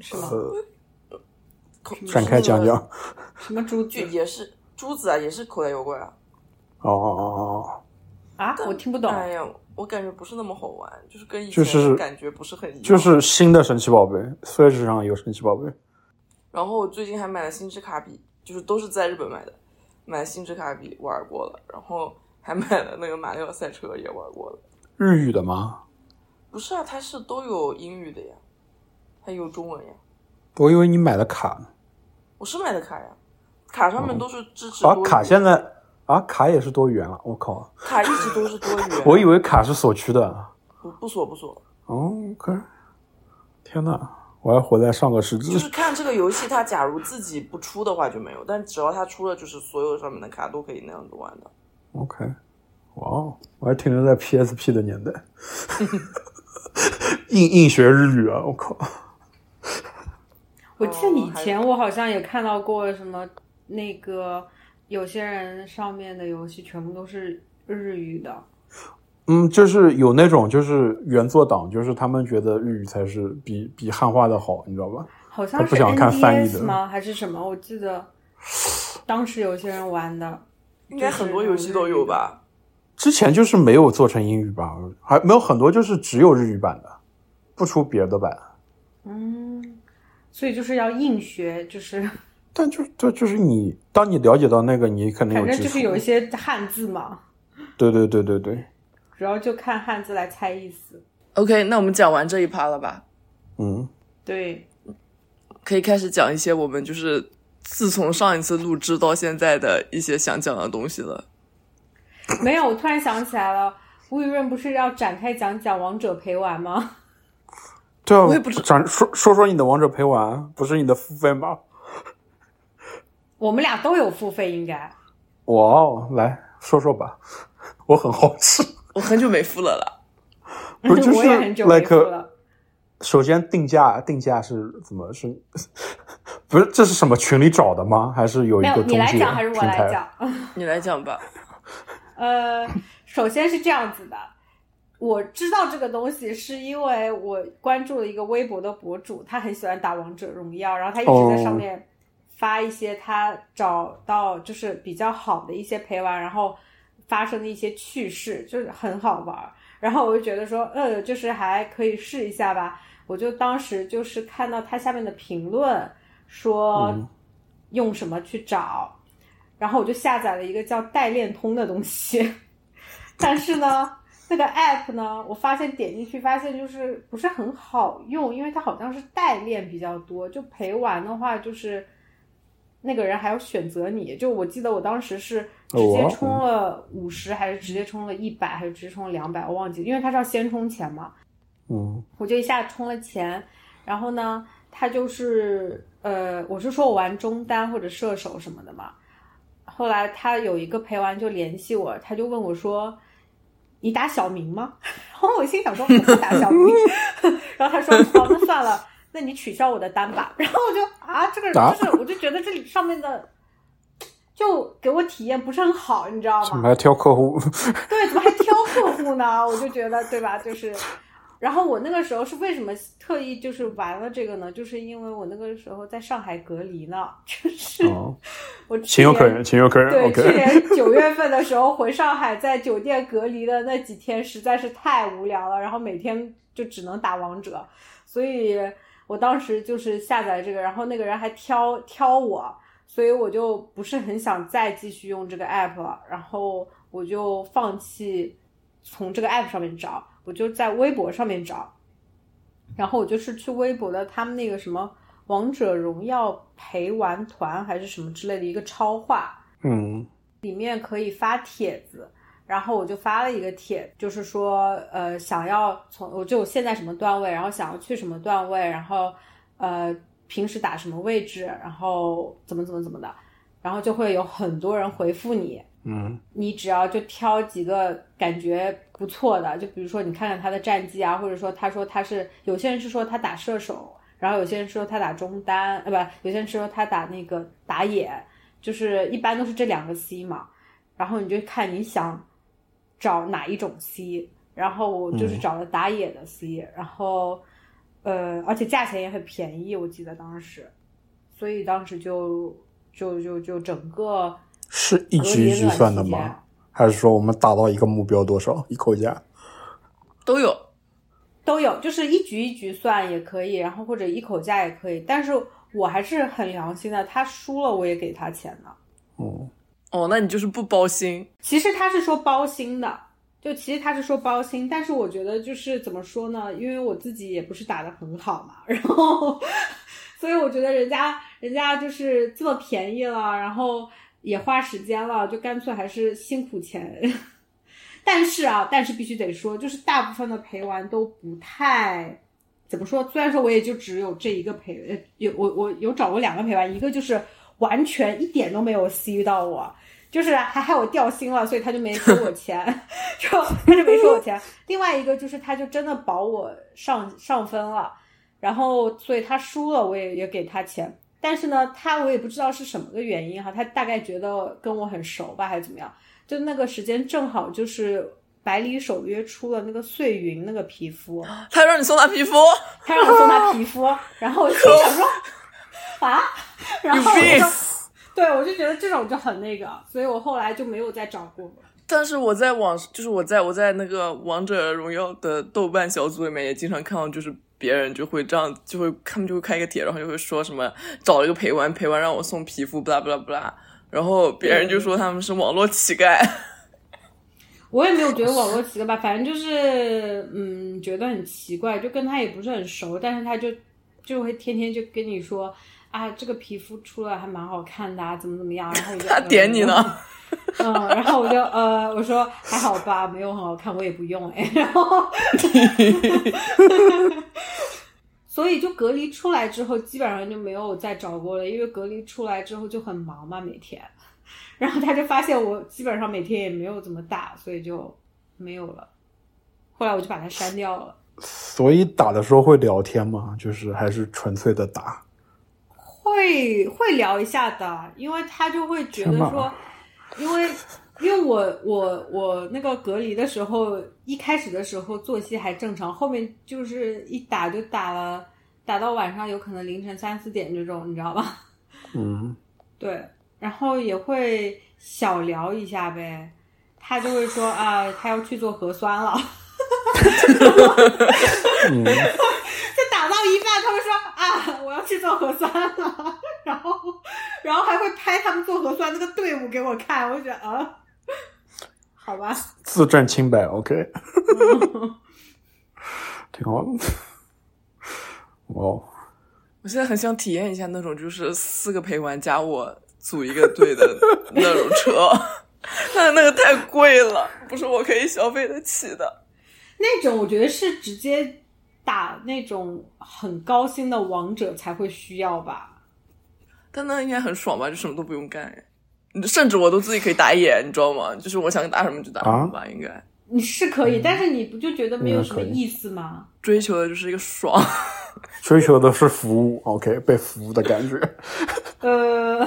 是吗？
呃，
口就是
展开讲讲。
什么猪
就
嗯
具
也是珠子啊，也是口袋妖怪啊。
哦哦哦
啊？我听不懂。
哎呀，我感觉不是那么好玩，就是跟以
就
前
是
的感觉不是很一样。
哦，就是新的神奇宝贝，Switch 上有神奇宝贝。
然后我最近还买了星之卡比，就是都是在日本买的，买了星之卡比玩过了，然后还买了那个马里奥赛车也玩过了。
日语的吗？
不是啊，它是都有英语的呀，还有中文呀。
我以为你买了卡呢。
我是买的卡呀，卡上面都是支持
啊
多，语
卡现在啊，卡也是多元了。我靠，
卡一直都是多语言。
我以为卡是所趋的。
不不锁不锁，
哦，OK，天哪，我还活在上个世纪
就。是看这个游戏，它假如自己不出的话就没有，但只要它出了，就是所有上面的卡都可以那样子玩的。
OK，哇哦，我还停留在 PSP 的 年代， 硬硬学日语啊！我靠，
我记得以前我好像也看到过什么那个有些人上面的游戏全部都是日语的，
嗯，就是有那种就是原作党，就是他们觉得日语才是比比汉化的好，你知道吧？
好像
他不
是
想看翻译的
NDS 吗？还是什么？我记 得当时有些人玩的，
应该很多游戏都有吧？
之前就是没有做成英语版，还没有很多就是只有日语版的，不出别的版。
嗯，所以就是要硬学，就是
但就就就是你，当你了解到那个，你肯定
反
有
正
基础。
就是有一些汉字嘛，
对对对对对，
主要就看汉字来猜意思。
OK，那我们讲完这一趴了吧？
嗯，
对，
可以开始讲一些我们就是自从上一次录制到现在的一些想讲的东西了。
没有，我突然想起来了，吴雨润不是要展开讲讲《王者陪玩》吗？
对啊，
我也不知
咱说说说你的王者陪玩，不是你的付费吗？
我们俩都有付费，应该。
哇哦，来说说吧，我很好奇。
我很久没付了啦，
不是就
我
是
也很久没付
like
了。
首先定价定价是怎么是？ 不是这是什么群里找的吗？还是有一
没
个
有，
中介
你来讲还是我
平
来
台？
讲？
你来讲吧。
呃，首先是这样子的，我知道这个东西是因为我关注了一个微博的博主，他很喜欢打王者荣耀，然后他一直
哦
在上面发一些他找到就是比较好的一些陪玩，然后发生的一些趣事，就是很好玩儿。然后我就觉得说，呃，就是还可以试一下吧。我就当时就是看到他下面的评论说
嗯
用什么去找，然后我就下载了一个叫代练通的东西， 但是呢，那个 app 呢，我发现点进去发现就是不是很好用，因为它好像是代练比较多，就陪玩的话就是那个人还要选择你，就我记得我当时是直接
哦
充了五十，还是直接充了一百，还是直接充了两百，我忘记了，因为他是要先充钱嘛。
嗯
我就一下充了钱，然后呢，他就是呃，我是说我玩中单或者射手什么的嘛，后来他有一个陪玩就联系我，他就问我说：“你打小明吗？” 然后我心想说：“我不打小明。” 然后他说：“哦，那算了，那你取消我的单吧。” 然后我就啊，这个人
啊
就是，我就觉得这里上面的就给我体验不是很好，你知道
怎
吗
么？还挑 客户？
对，怎么还挑客户呢？我就觉得，对吧？就是，然后我那个时候是为什么特意就是玩了这个呢？就是因为我那个时候在上海隔离呢，就是
哦，
我去
情有可
年
原，情有可原。
对，去
OK，
年九月份的时候回上海，在酒店隔离的那几天实在是太无聊了，然后每天就只能打王者，所以我当时就是下载这个，然后那个人还挑挑我，所以我就不是很想再继续用这个 app 了，然后我就放弃从这个 app 上面找，我就在微博上面找，然后我就是去微博的他们那个什么。王者荣耀陪玩团还是什么之类的一个超话，
嗯，
里面可以发帖子，然后我就发了一个帖，就是说，呃，想要从我就我现在什么段位，然后想要去什么段位，然后呃，平时打什么位置，然后怎么怎么怎么的，然后就会有很多人回复你，
嗯，
你只要就挑几个感觉不错的，就比如说你看看他的战绩啊，或者说他说他是有些人是说他打射手，然后有些人说他打中单，呃，不，有些人说他打那个打野，就是一般都是这两个 C 嘛。然后你就看你想找哪一种 C，然后我
嗯
就是找了打野的 C，、然后呃，而且价钱也很便宜，我记得当时，所以当时就就就就整个
是一局一局算的
隔离那段时间
吗？还是说我们打到一个目标多少一口价？
都有。
都有，就是一局一局算也可以，然后或者一口价也可以。但是我还是很良心的，他输了我也给他钱的。
嗯，
哦，那你就是不包心，
其实他是说包薪的，就其实他是说包薪，但是我觉得就是怎么说呢？因为我自己也不是打得很好嘛， 然后所以我觉得人家人家就是这么便宜了，然后也花时间了，就干脆还是辛苦钱。 但是啊，但是必须得说，就是大部分的陪玩都不太怎么说？虽然说我也就只有这一个陪，呃，有我我有找过两个陪玩，一个就是完全一点都没有吸遇到我，就是还害我掉星了，所以他就没收我钱， 就他就没收我钱。 另外一个就是他就真的保我上上分了，然后所以他输了，我也也给他钱。但是呢，他我也不知道是什么个原因哈，他大概觉得跟我很熟吧，还是怎么样？就那个时间正好就是百里守约出了那个碎云那个皮肤，
他让你送他皮肤，
他让我送他皮肤，然后我就想 说啊，然后我
有病
就对我就觉得这种就很那个，所以我后来就没有再找过。
但是我在网，就是我在我在那个王者荣耀的豆瓣小组里面也经常看到，就是别人就会这样，就会他们就会开一个帖，然后就会说什么找了一个陪玩，陪玩让我送皮肤，不啦不啦不啦，然后别人就说他们是网络乞丐，嗯
我也没有觉得网络奇怪吧，反正就是嗯，觉得很奇怪，就跟他也不是很熟，但是他就就会天天就跟你说啊，这个皮肤出来还蛮好看的、啊，怎么怎么样，然后我就
他点你呢。
嗯，然后我就呃，我说还好吧，没有很好看，我也不用哎，然后，所以就隔离出来之后，基本上就没有再找过了，因为隔离出来之后就很忙嘛，每天，然后他就发现我基本上每天也没有怎么打，所以就没有了，后来我就把它删掉了。
所以打的时候会聊天吗？就是还是纯粹的打？
会会聊一下的，因为他就会觉得
天
说
哪，
因为因为我我我那个隔离的时候，一开始的时候作息还正常，后面就是一打就打了，打到晚上有可能凌晨三四点这种，你知道吧？
嗯，
对，然后也会小聊一下呗。他就会说啊，他要去做核酸了。
嗯，
就打到一半，他们说啊，我要去做核酸了， 然后，然后还会拍他们做核酸那个队伍给我看，我就觉得啊，好 吧，
自证清白，OK，挺好的。哦，
我现在很想体验一下那种，就是四个陪玩加我组一个队的那种车， 但那个太贵了，不是我可以消费得起的。
那种我觉得是直接打那种很高薪的王者才会需要吧。
但那应该很爽吧？就什么都不用干，甚至我都自己可以打野，你知道吗？就是我想打什么就打什么
啊
吧，应该
你是可
嗯
以，但是你不就觉得没有
嗯
什么
可以
意思吗？
追求的就是一个爽。
追求的是服务，OK，被服务的感觉。
呃，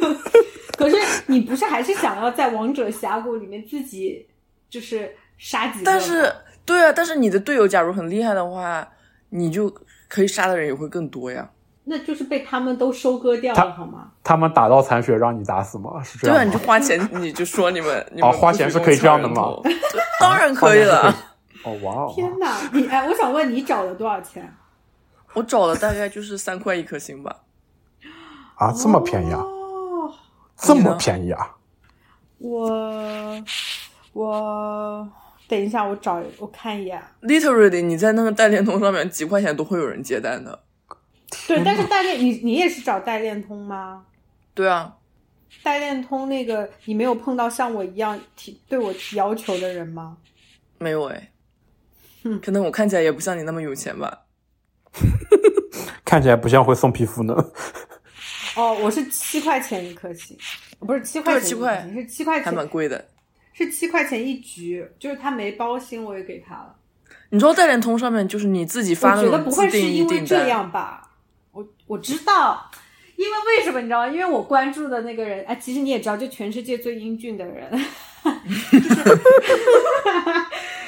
可是你不是还是想要在王者峡谷里面自己就是杀几个？
但是，对啊，但是你的队友假如很厉害的话，你就可以杀的人也会更多呀。
那就是被他们都收割掉
他
了，好吗？
他们打到残血让你打死吗？是这
对啊，
样
你
吗
就？花钱，你就说你 们你
哦
们
花钱是可以这样的吗
吗？这当然可以了。。
哦，哇哦！
天哪，你哎，我想问你找了多少钱？
我找了大概就是三块一颗星吧。
啊，这么便宜啊！
哦，
这么便宜啊！
我我等一下，我找我看一眼。
Literally，你在那个代联通上面几块钱都会有人接单的。
对，但是代练你你也是找代练通吗？
对啊，
代练通那个你没有碰到像我一样提对我提要求的人吗？
没有哎
嗯，
可能我看起来也不像你那么有钱吧。
看起来不像会送皮肤呢。
哦，我是七块钱一颗星，不是七块
对
钱一颗星，
七块
是七块
还蛮
钱，
贵的。
是七块钱一局，就是他没包星，我也给他了。
你知道代联通上面就是你自己
我
发那
觉得
种
不
自
会是
定义
因为
订
这
单，
样吧？我我知道，因为为什么你知道吗？因为我关注的那个人，哎，其实你也知道，就全世界最英俊的人，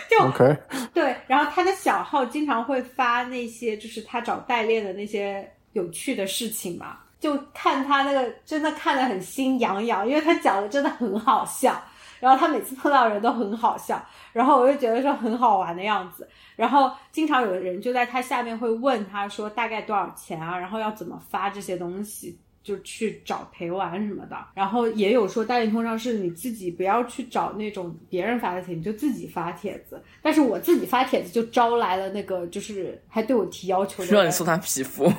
就
OK，
对，然后他的小号经常会发那些就是他找代练的那些有趣的事情嘛，就看他那个真的看得很心痒痒，因为他讲的真的很好笑。然后他每次碰到人都很好笑，然后我就觉得说很好玩的样子。然后经常有人就在他下面会问他说大概多少钱啊，然后要怎么发这些东西，就去找陪玩什么的。然后也有说代理通上是你自己不要去找那种别人发的帖，你就自己发帖子。但是我自己发帖子就招来了那个就是还对我提要求的人，
啊让你送他 皮肤。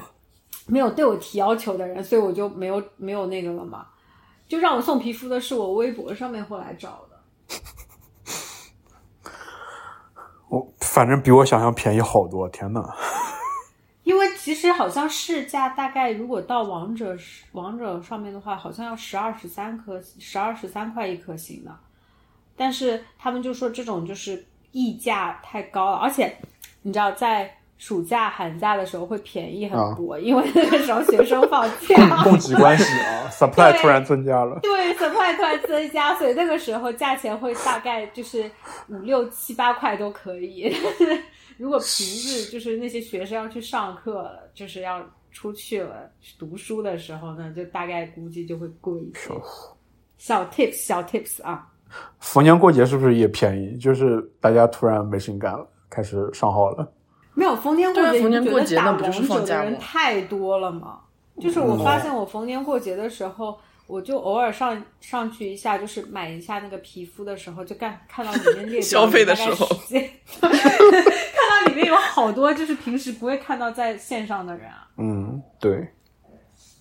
没有对我提要求的人，所以我就没有没有那个了嘛。就让我送皮肤的是我微博上面后来找的。
我反正比我想象便宜好多。天呐，
因为其实好像市价大概如果到王者王者上面的话，好像要十二十三颗十二十三块一颗星的，但是他们就说这种就是溢价太高了，而且你知道在暑假寒假的时候会便宜很多，因为那个时候学生放假。
供给关系啊
对
，supply 突然增加 了。
对，supply 突然增加，所以那个时候价钱会大概就是五六七八块都可以。 但是如果平日就是那些学生要去上课了，就是要出去了读书的时候呢，就大概估计就会贵一些。小 tips，小 tips 啊，
逢年过节是不是也便宜？就是大家突然没事情干了，开始上号了。
没有逢年过
对啊
节，
逢年
你
过
觉
节
得打
那不就是
王者
放假
的人
吗
太多了吗？就是我发现我逢年过节的时候，我就偶尔上上去一下，就是买一下那个皮肤的时候，就看看到里 面列
消费的时候
对，看到里面有好多就是平时不会看到在线上的人啊，
嗯，对，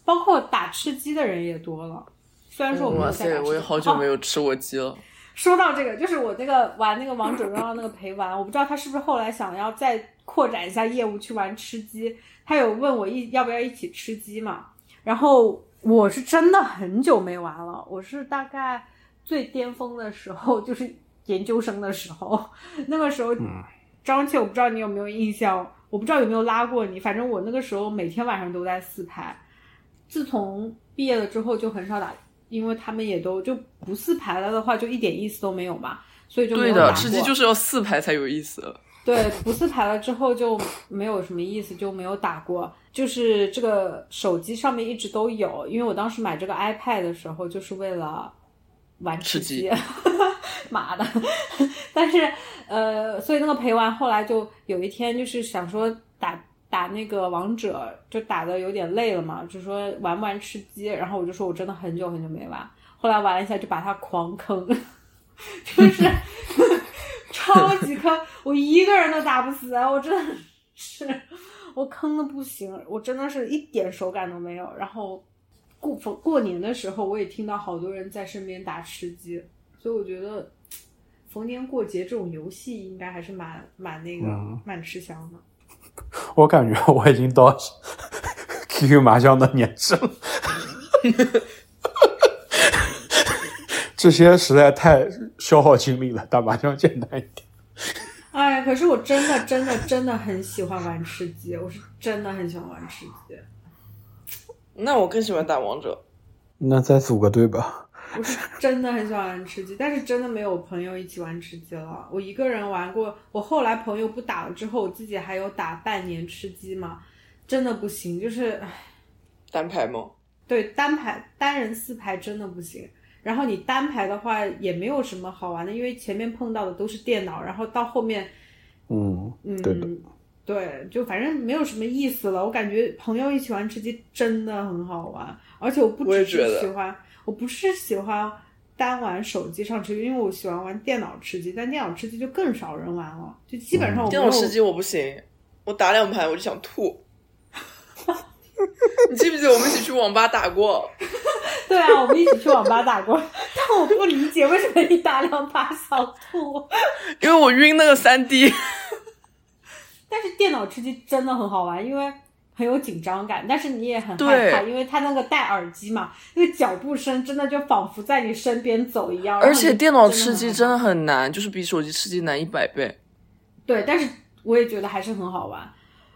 包括打吃鸡的人也多了。虽然说我没
嗯哇
有在打
塞，
吃鸡，
我也好久
哦
没有吃我鸡了。
说到这个，就是我那个玩那个王者荣耀那个陪玩，我不知道他是不是后来想要再扩展一下业务去玩吃鸡，他有问我一要不要一起吃鸡嘛，然后我是真的很久没玩了，我是大概最巅峰的时候就是研究生的时候， 那个时候，
嗯
张倩，我不知道你有没有印象，我不知道有没有拉过你，反正我那个时候每天晚上都在四排，自从毕业了之后就很少打，因为他们也都就不四排了的话，就一点意思都没有嘛，所 以就没
对
有打
的，
过。
吃鸡就是要四排才有意思。
对，不四排了之后就没有什么意思，就没有打过。就是这个手机上面一直都有，因为我当时买这个 iPad 的时候，就是为了玩吃鸡， 妈的！ 但是呃，所以那个陪玩后来就有一天就是想说打打那个王者，就打的有点累了嘛，就说玩不玩吃鸡，然后我就说我真的很久很久没玩，后来玩了一下就把它狂坑， 就是 超级坑，我一个人都打不死，啊我真的是我坑的不行，我真的是一点手感都没有。然后过过年的时候，我也听到好多人在身边打吃鸡，所以我觉得逢年过节这种游戏应该还是蛮蛮那个、
嗯
蛮吃香的。
我感觉我已经到 QQ 麻将的年纪了。这些实在太消耗精力了，打麻将简单一点。
哎，可是我真的真的真的很喜欢玩吃鸡，我是真的很喜欢玩吃鸡，
那我更喜欢打王者。
那再组个队吧。
我是真的很喜欢玩吃鸡，但是真的没有朋友一起玩吃鸡了。我一个人玩过，我后来朋友不打了之后，我自己还有打半年吃鸡嘛，真的不行，就是唉
单排吗？
对单排单人四排真的不行。然后你单排的话也没有什么好玩的，因为前面碰到的都是电脑，然后到后面
嗯，
嗯，
对的
对就反正没有什么意思了。我感觉朋友一起玩吃鸡真的很好玩，而且我不
我也
只
觉
是
得
喜欢，我不是喜欢单玩手机上吃鸡，因为我喜欢玩电脑吃鸡，但电脑吃鸡就更少人玩了，就基本上我没
嗯电
有、
脑吃鸡我不行，我打两盘我就想 吐。你记不记得我们一起去网吧打 过？
对啊，我们一起去网吧打过， 但我不理解为什么你打两把小兔。
因为我晕那个三 D。
但是电脑吃鸡真的很好玩，因为很有紧张感，但是你也很害
对
怕，因为它那个戴耳机嘛，那个脚步声真的就仿佛在你身边走一样。
而且电脑吃鸡真
的
的
很
很难，就是比手机吃鸡难一百倍。
对，但是我也觉得还是很好玩。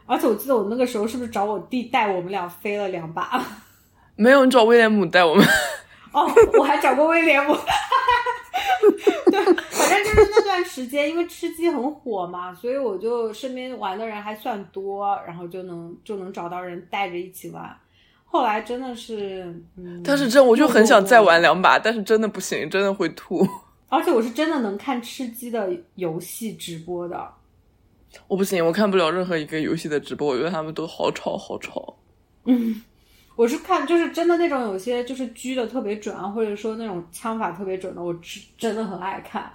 而且我记得我那个时候是不是找我弟带我们俩飞了两把？
没有，你找威廉姆带我们。
哦，我还找过威廉姆。对，反正就是那段时间，因为吃鸡很火嘛，所以我就身边玩的人还算多，然后就能就能找到人带着一起玩。后来真的是，嗯，
但是真我就很想再玩两把，但是真的不行，真的会吐。
而且我是真的能看吃鸡的游戏直播的。
我不行，我看不了任何一个游戏的直播，我觉得他们都好吵，好吵。
我是看，就是真的那种有些就是狙的特别准啊，或者说那种枪法特别准的，我真真的很爱看。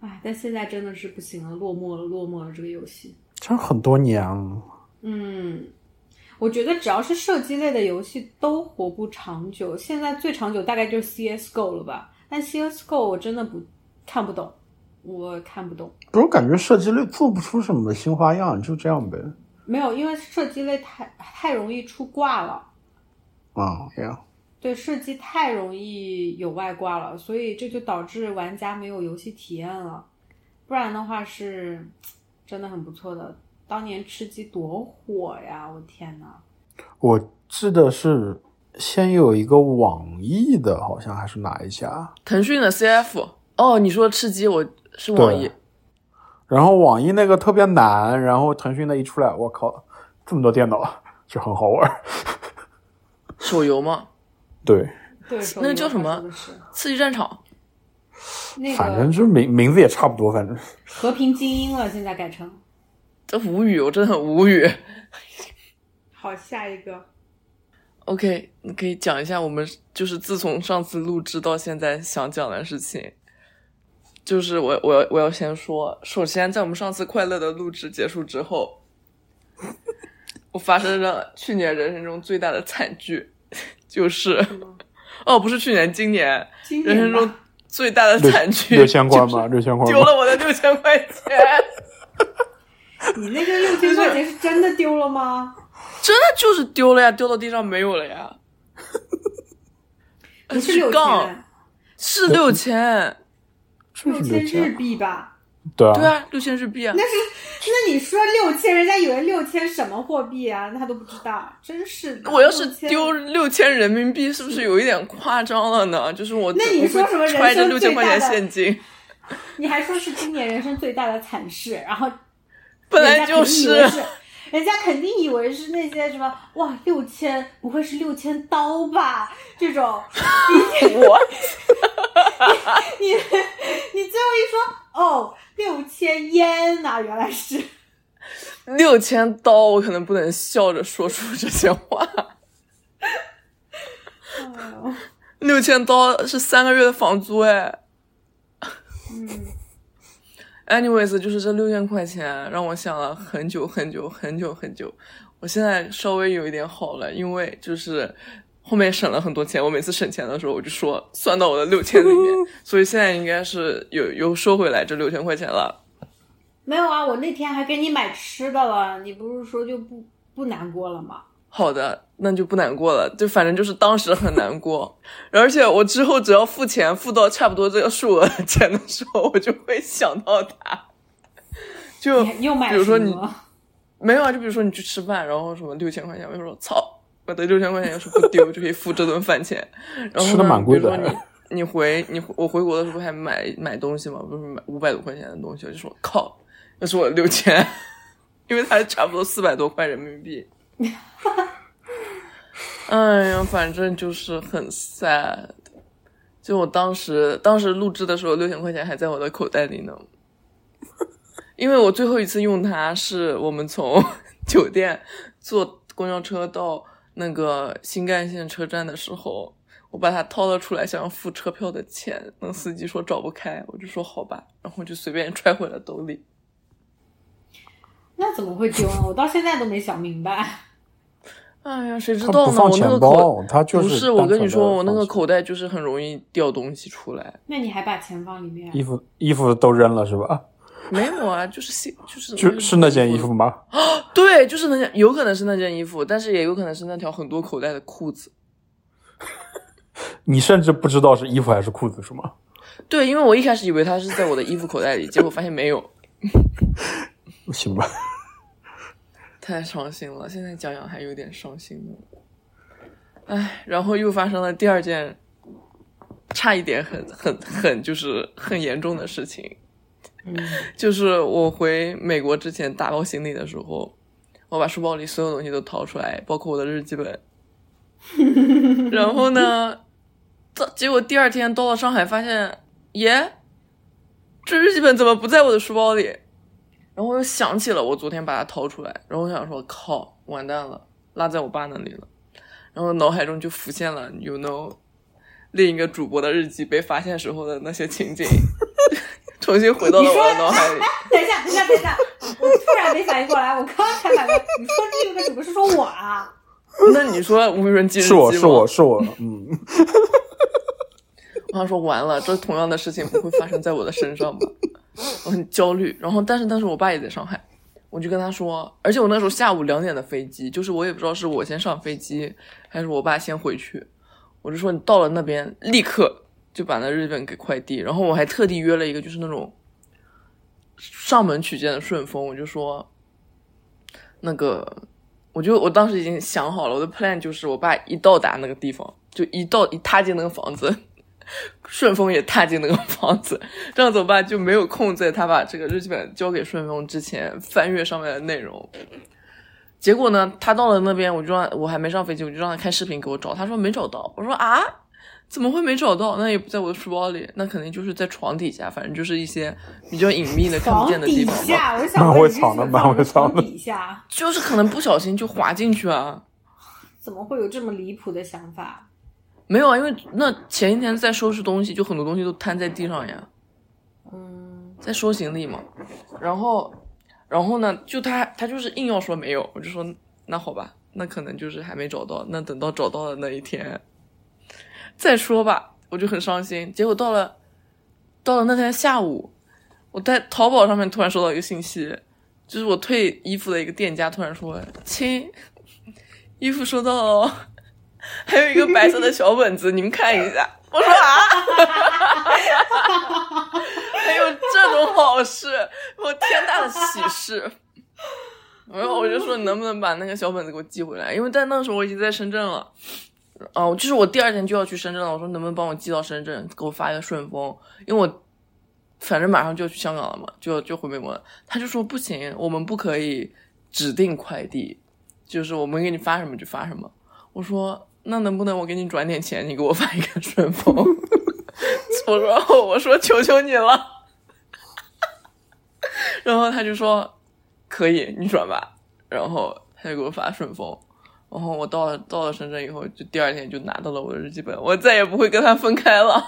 哎，但现在真的是不行了，落寞了，落寞了这个游戏。
这很多年了。
嗯，我觉得只要是射击类的游戏都活不长久，现在最长久大概就是 CSGO 了吧？但 CSGO 我真的不看不懂，我看不懂。
不是，我感觉射击类做不出什么新花样，就这样呗。
没有，因为射击类太太容易出挂了，
啊、这样。
对射击太容易有外挂了，所以这就导致玩家没有游戏体验了。不然的话是真的很不错的。当年吃鸡多火呀！我天呐，
我记得是先有一个网易的，好像还是哪一家，
腾讯的 CF，哦，你说吃鸡，我是网易
对，然后网易那个特别难，然后腾讯的一出来，我靠，这么多电脑 就很好玩。
手游吗？
对，
对，
那个叫什么
手游它说的是？
刺激战场，
那个
反正就是名名字也差不多，反正
和平精英了，现在改成
这无语，我真的很无语。
好下一个。
OK，你可以讲一下我们就是自从上次录制到现在想讲的事情。就是我我要我要先说，首先在我们上次快乐的录制结束之后，我发生了去年人生中最大的惨剧，就是
么
哦不是去年，今年
今
人生
年吧
中最大的
六
惨剧
六千块
就是
嘛，六千块
丢
嘛。
了我的六千块钱，
你那个六千块钱是真的丢了吗？
真的就是丢了呀，丢到地上没有了呀，呃
不是六
杠
千，
是六千，
就是
六千
六
日
千，
币吧？
对
对
啊，
啊，六千日币啊，
那你说六千，人家以为六千什么货币啊？他都不知道，真是的。
我要是
6000
丢，六千人民币，是不是有一点夸张了呢？就是我，
那你说什么
我
人生
揣着六千
最
块
大的
钱现金，
你还说是今年人生最大的惨事，然后
本
人
来
家肯
就
定以为
是
是。人家肯定以为是那些什么哇六千不会是六千刀吧这种，
我，
你你最后一说哦六千烟呐、原来是
六千刀，我可能不能笑着说出这些话。六千刀是三个月的房租哎。
嗯，
Anyways，就是这六千块钱让我想了很久很久很久很久。我现在稍微有一点好了，因为就是后面省了很多钱。我每次省钱的时候，我就说算到我的六千里面，所以现在应该是有有收回来这六千块钱了。
没有啊，我那天还给你买吃的了，你不是说就不不难过了吗？
好的，那就不难过了。就反正就是当时很难过，而且我之后只要付钱付到差不多这个数额的钱的时候，我就会想到他。就
你又买
比如说
什
你
么
没有啊，就比如说你去吃饭，然后什么六千块钱，我就说操，我的六千块钱要是不丢，就可以付这顿饭钱。然后呢
吃得蛮贵的
比如说你你回你回我回国的时候还买买东西嘛，不是买五百多块钱的东西，我就说靠，要是我六千， 因为它差不多四百多块人民 币。哎呀，反正就是很 sad。就我当时当时录制的时候，六千块钱还在我的口袋里呢。因为我最后一次用它是我们从 酒店坐公交车到那个新干线车站的时候，我把它掏了出来，想要付车票的钱，那司机说找不开，我就说好吧，然后就随便揣回了兜里。
那怎么会丢呢？我到现在都没想明白。
哎呀，谁知
他
道
不
呢？
放
我那
钱
个口
包，他就
不
是
是我
单
跟你
纯
说，
地
我那
放
个
钱
口袋就是很容易掉东西出来。
那你还把钱放里面？啊
衣服衣服都扔了是吧？
没有啊，就是新就是
就是那件衣服吗？
对，就是那件，有可能是那件衣服，但是也有可能是那条很多口袋的裤子。
你甚至不知道是衣服还是裤子是吗？
对，因为我一开始以为它是在我的衣服口袋里，结果发现没有，
行吧，
太伤心了。现在讲讲还有点伤心呢。唉，然后又发生了第二件，差一点很很很就是很严重的事情，
嗯，
就是我回美国之前打包行李的时候，我把书包里所有东西都掏出来，包括我的日记本。然后呢，到结果第二天到了上海，发现耶，这日记本怎么不在我的书包里？然后我又想起了我昨天把它掏出来，然后我想说靠，完蛋了，落在我爸那里了。然后脑海中就浮现了，you know，另一个主播的日记被发现时候的那些情景， 重新回到了我的脑海里。
等一下，等一下，等一下，我突然没反应过来，我刚才反应，你说这个主播是说我啊？
那你说无人机日记
是我
吗
是我是我， 嗯，
我想说完了，这同样的事情不会发生在我的身上吧？我很焦虑。然后，但是当时我爸也在上海，我就跟他说，而且我那时候下午两点的飞机，就是我也不知道是我先上飞机还是我爸先回去，我就说你到了那边立刻就把那日本给快递。然后我还特地约了一个就是那种上门取件的顺丰，我就说那个。我就我当时已经想好了，我的 plan 就是我爸一到达那个地方，就一到一踏进那个房子， 顺丰也踏进那个房子，这样子我爸就没有空在他把这个日记本交给顺丰之前翻阅上面的内容。结果呢，他到了那边，我就让我还没上飞机，我就让他开视频给我找，他说没找到，我说啊，怎么会没找到？那也不在我的书包里，那肯定就是在床底下，反正就是一些比较隐秘的看不
床
见的地
底
方嘛。
下，我就想
蛮
问
会
你是
藏
怎
的
么
蛮
放
会藏
床
的
底下
就是可能不小心就滑进去啊。
怎么会有这么离谱的想法？
没有啊，因为那前一天在收拾东西，就很多东西都摊在地上呀，
嗯，
在收行李嘛。然后，然后呢，就他他就是硬要说没有，我就说那好吧，那可能就是还没找到，那等到找到的那一天再说吧。我就很伤心。结果到了到了那天下午，我在淘宝上面突然收到一个信息，就是我退衣服的一个店家突然说：“亲，衣服收到了哦， 还有一个白色的小本子，你们看一下。”我说啊，还有这种好事，我天大的喜事！然后我就说，你能不能把那个小本子给我寄回来？因为在那时候我已经在深圳了，哦、就是我第二天就要去深圳了。我说能不能帮我寄到深圳，给我发一个顺丰？因为我反正马上就要去香港了嘛，就就回美国了。他就说不行，我们不可以指定快递，就是我们给你发什么就发什么。我说那能不能我给你转点钱，你给我发一个顺丰？我说哦我说求求你了。 然后他就说可以，你转吧。然后他就给我发顺丰。然后我到了到了深圳以后，就第二天就拿到了我的日记本， 我再也不会跟他分开了，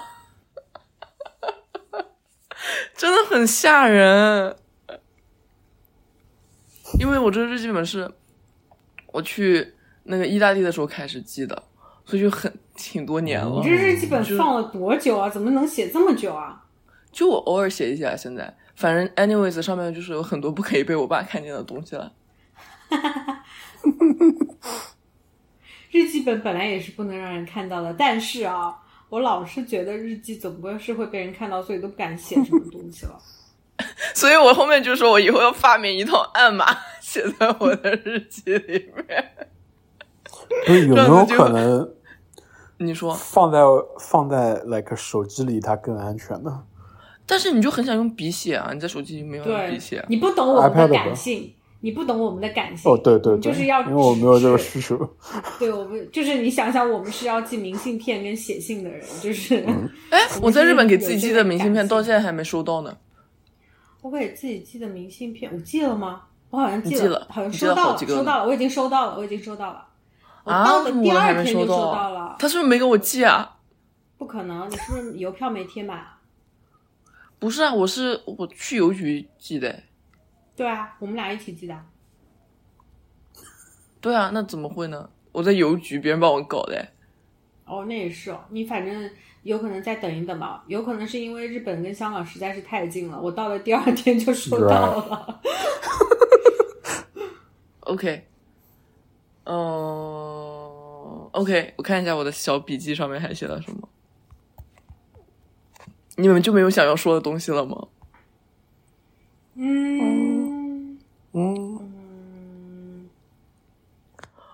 真的很吓人。因为我这个日记本是我去那个意大利的时候开始记的，所以就很挺多年了
你这。日记本
就是
放了多久啊？怎么能写这么久啊？
就我偶尔写一下，现在反正 anyways 上面就是有很多不可以被我爸看见的东西了。
日记本本来也是不能让人看到的，但是啊，我老是觉得日记总归是会被人看到，所以都不敢写什么东西 了。
所以我后面就说我以后要发明一套暗码， 写在我的日记里面。
不是有没有可能
你说，
放在放在 like 手机里它更安全呢？
但是你就很想用笔写啊，你在手机里没有用笔写啊、
你不懂我们的
iPad
感
吧
性，你不懂我们的感性。
哦，对对
你
对，
就是要
因为我没有这个
是
需求。
对我们就是你想想，我们是要寄明信片跟写信的人，就是、
嗯
哎， 我在日本给
有
自己
这
寄
个
的明信
感
片
性
到现在还没收到呢。
我给自己寄的明信片，我寄了吗？我好像寄
你寄了
好像
你寄
收
了
到
好几个呢
收到了，我已经收到了，我已经收到了。我
啊，
到的第
我还
二
没
天就
收
收
啊
到了，
他是不是没给我寄啊？
不可能，你是不是邮票没贴满啊？
不是啊，我是我去邮局寄的。
对啊，我们俩一起寄的。
对啊，那怎么会呢？我在邮局，别人帮我搞的。
哦，那也是哦，你反正有可能再等一等吧，有可能是因为日本跟香港实在是太近了，我到了第二天就收到
啊
了。
OK，嗯、o k 我看一下我的小笔记上面还写了什么。你们就没有想要说的东西了吗？
嗯
嗯，
嗯，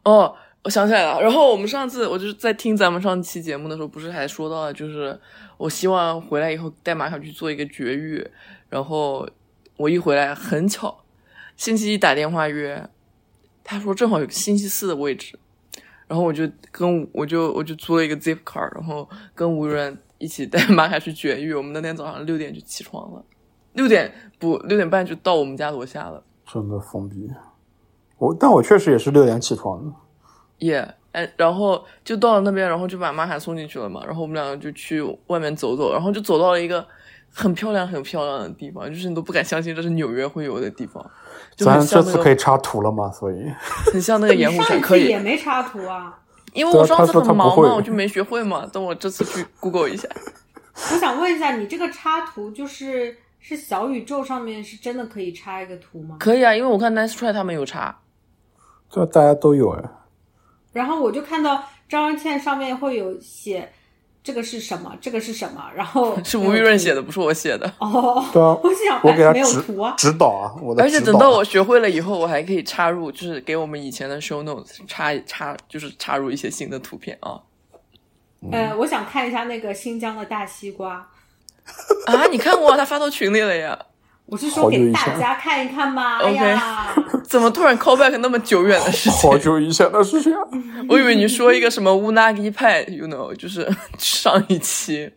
哦，我想起来了。然后我们上次，我就是在听咱们上期节目的时候，不是还说到了，就是我希望回来以后带马小去做一个绝育。然后我一回来，很巧，星期一打电话约，他说正好有个星期四的位置，然后我就跟我就我就租了一个 zip car，然后跟吴人一起带马凯去绝育。我们那天早上六点就起床了，六点不六点半就到我们家楼下了。
真的封闭。我但我确实也是六点起床的。
耶，哎，然后就到了那边，然后就把马卡送进去了嘛，然后我们两个就去外面走走，然后就走到了一个很漂亮、很漂亮的地方，就是你都不敢相信这是纽约会有的地方，就
咱
很
这
像那
次
个
可以插图了吗？所以
很像那个
你
盐湖
上
城，
一
可
次也
以，
没插图啊。
因为
对啊
我上
他
次
说他
很
不
忙
会
嘛，我就没学会嘛，等我这次去 Google 一下。
我想问一下，你这个插图就是是小宇宙上面是真的可以插一个图吗？
可以啊，因为我看 Nice Try 他们有查，
这大家都有哎，
然后我就看到张文倩上面会有写这个是什么，这个是什么，然后
是吴玉润写
的
的，不是我写的。
哦。
对啊，
我想
我给
哎
他
没有
指
图啊，
指导啊，我的
而且
指
等
导
到
啊
我学会了以后，我还可以插入，就是给我们以前的 show notes 插一插，就是插入一些新的图片啊。
嗯
呃，我想看一下那个新疆的大西瓜，
啊，你看过啊？他发到群里了呀？
我是说
好久
给
以
大
前
家看一看 嘛。哎
OK
呀，
怎么突然 callback 那么久远的事情？
好久以前的事情 啊。
我以为你说一个什么乌拉吉派，you know，就是 上一期。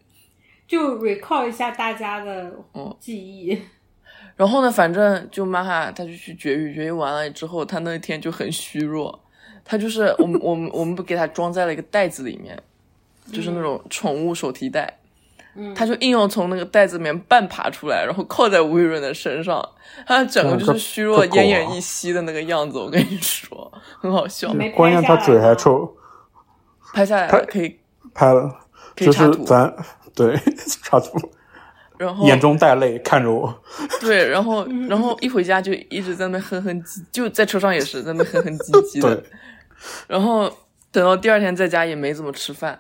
就 recall 一下大家的
嗯
记忆。
然后呢，反正就玛哈他就去绝育，绝育完了之后，他那一天就很虚弱，他就是我们我们我们不给他装在了一个袋子里面，就是那种宠物手提袋。
嗯
他就硬要从那个袋子里面半爬出来，然后靠在吴雨润的身上，他整个就是虚弱、
这这狗啊
奄奄一息的那个样子。我跟你说，很好笑。
没
关键
拍下
他
来
嘴
吗
还臭，
拍下来
嗯他
了，可以
拍了，
可以
就
插
是
图。
咱对 插图，
然后
眼中带泪看着我，
对，然后然后一回家就一直在那边哼哼唧，就在车上也是在那边哼哼唧唧的
对。，
然后等到第二天在家也没怎么吃饭，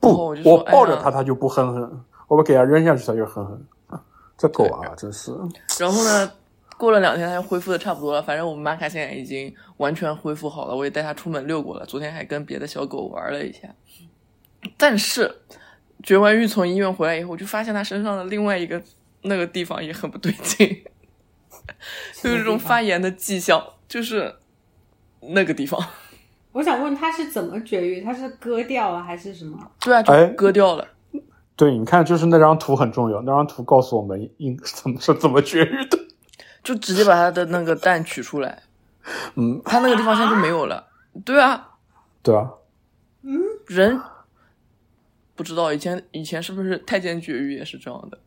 然后
不
我就，说
我抱着
哎呀
它，它就不哼哼，我把给它扔下去，它就哼哼。这狗啊，真是
然后呢，过了两天它就恢复的差不多了。反正我们玛卡现在已经完全恢复好了，我也带它出门遛过了。昨天还跟别的小狗玩了一下，但是绝完育从医院回来以后，我就发现它身上的另外一个那个地方也很不对劲， 就有一种发炎的迹象，就是那个地方。
我想问他是怎么绝育？他是割掉啊，还是什么？
对啊，就
哎
割掉了。
对，你看，就是那张图很重要，那张图告诉我们应怎么是怎么绝育的。
就直接把它的那个蛋取出来，
嗯，
它那个地方现在就没有了。对啊，
对啊，
人不知道以前以前是不是太监绝育也是这样的？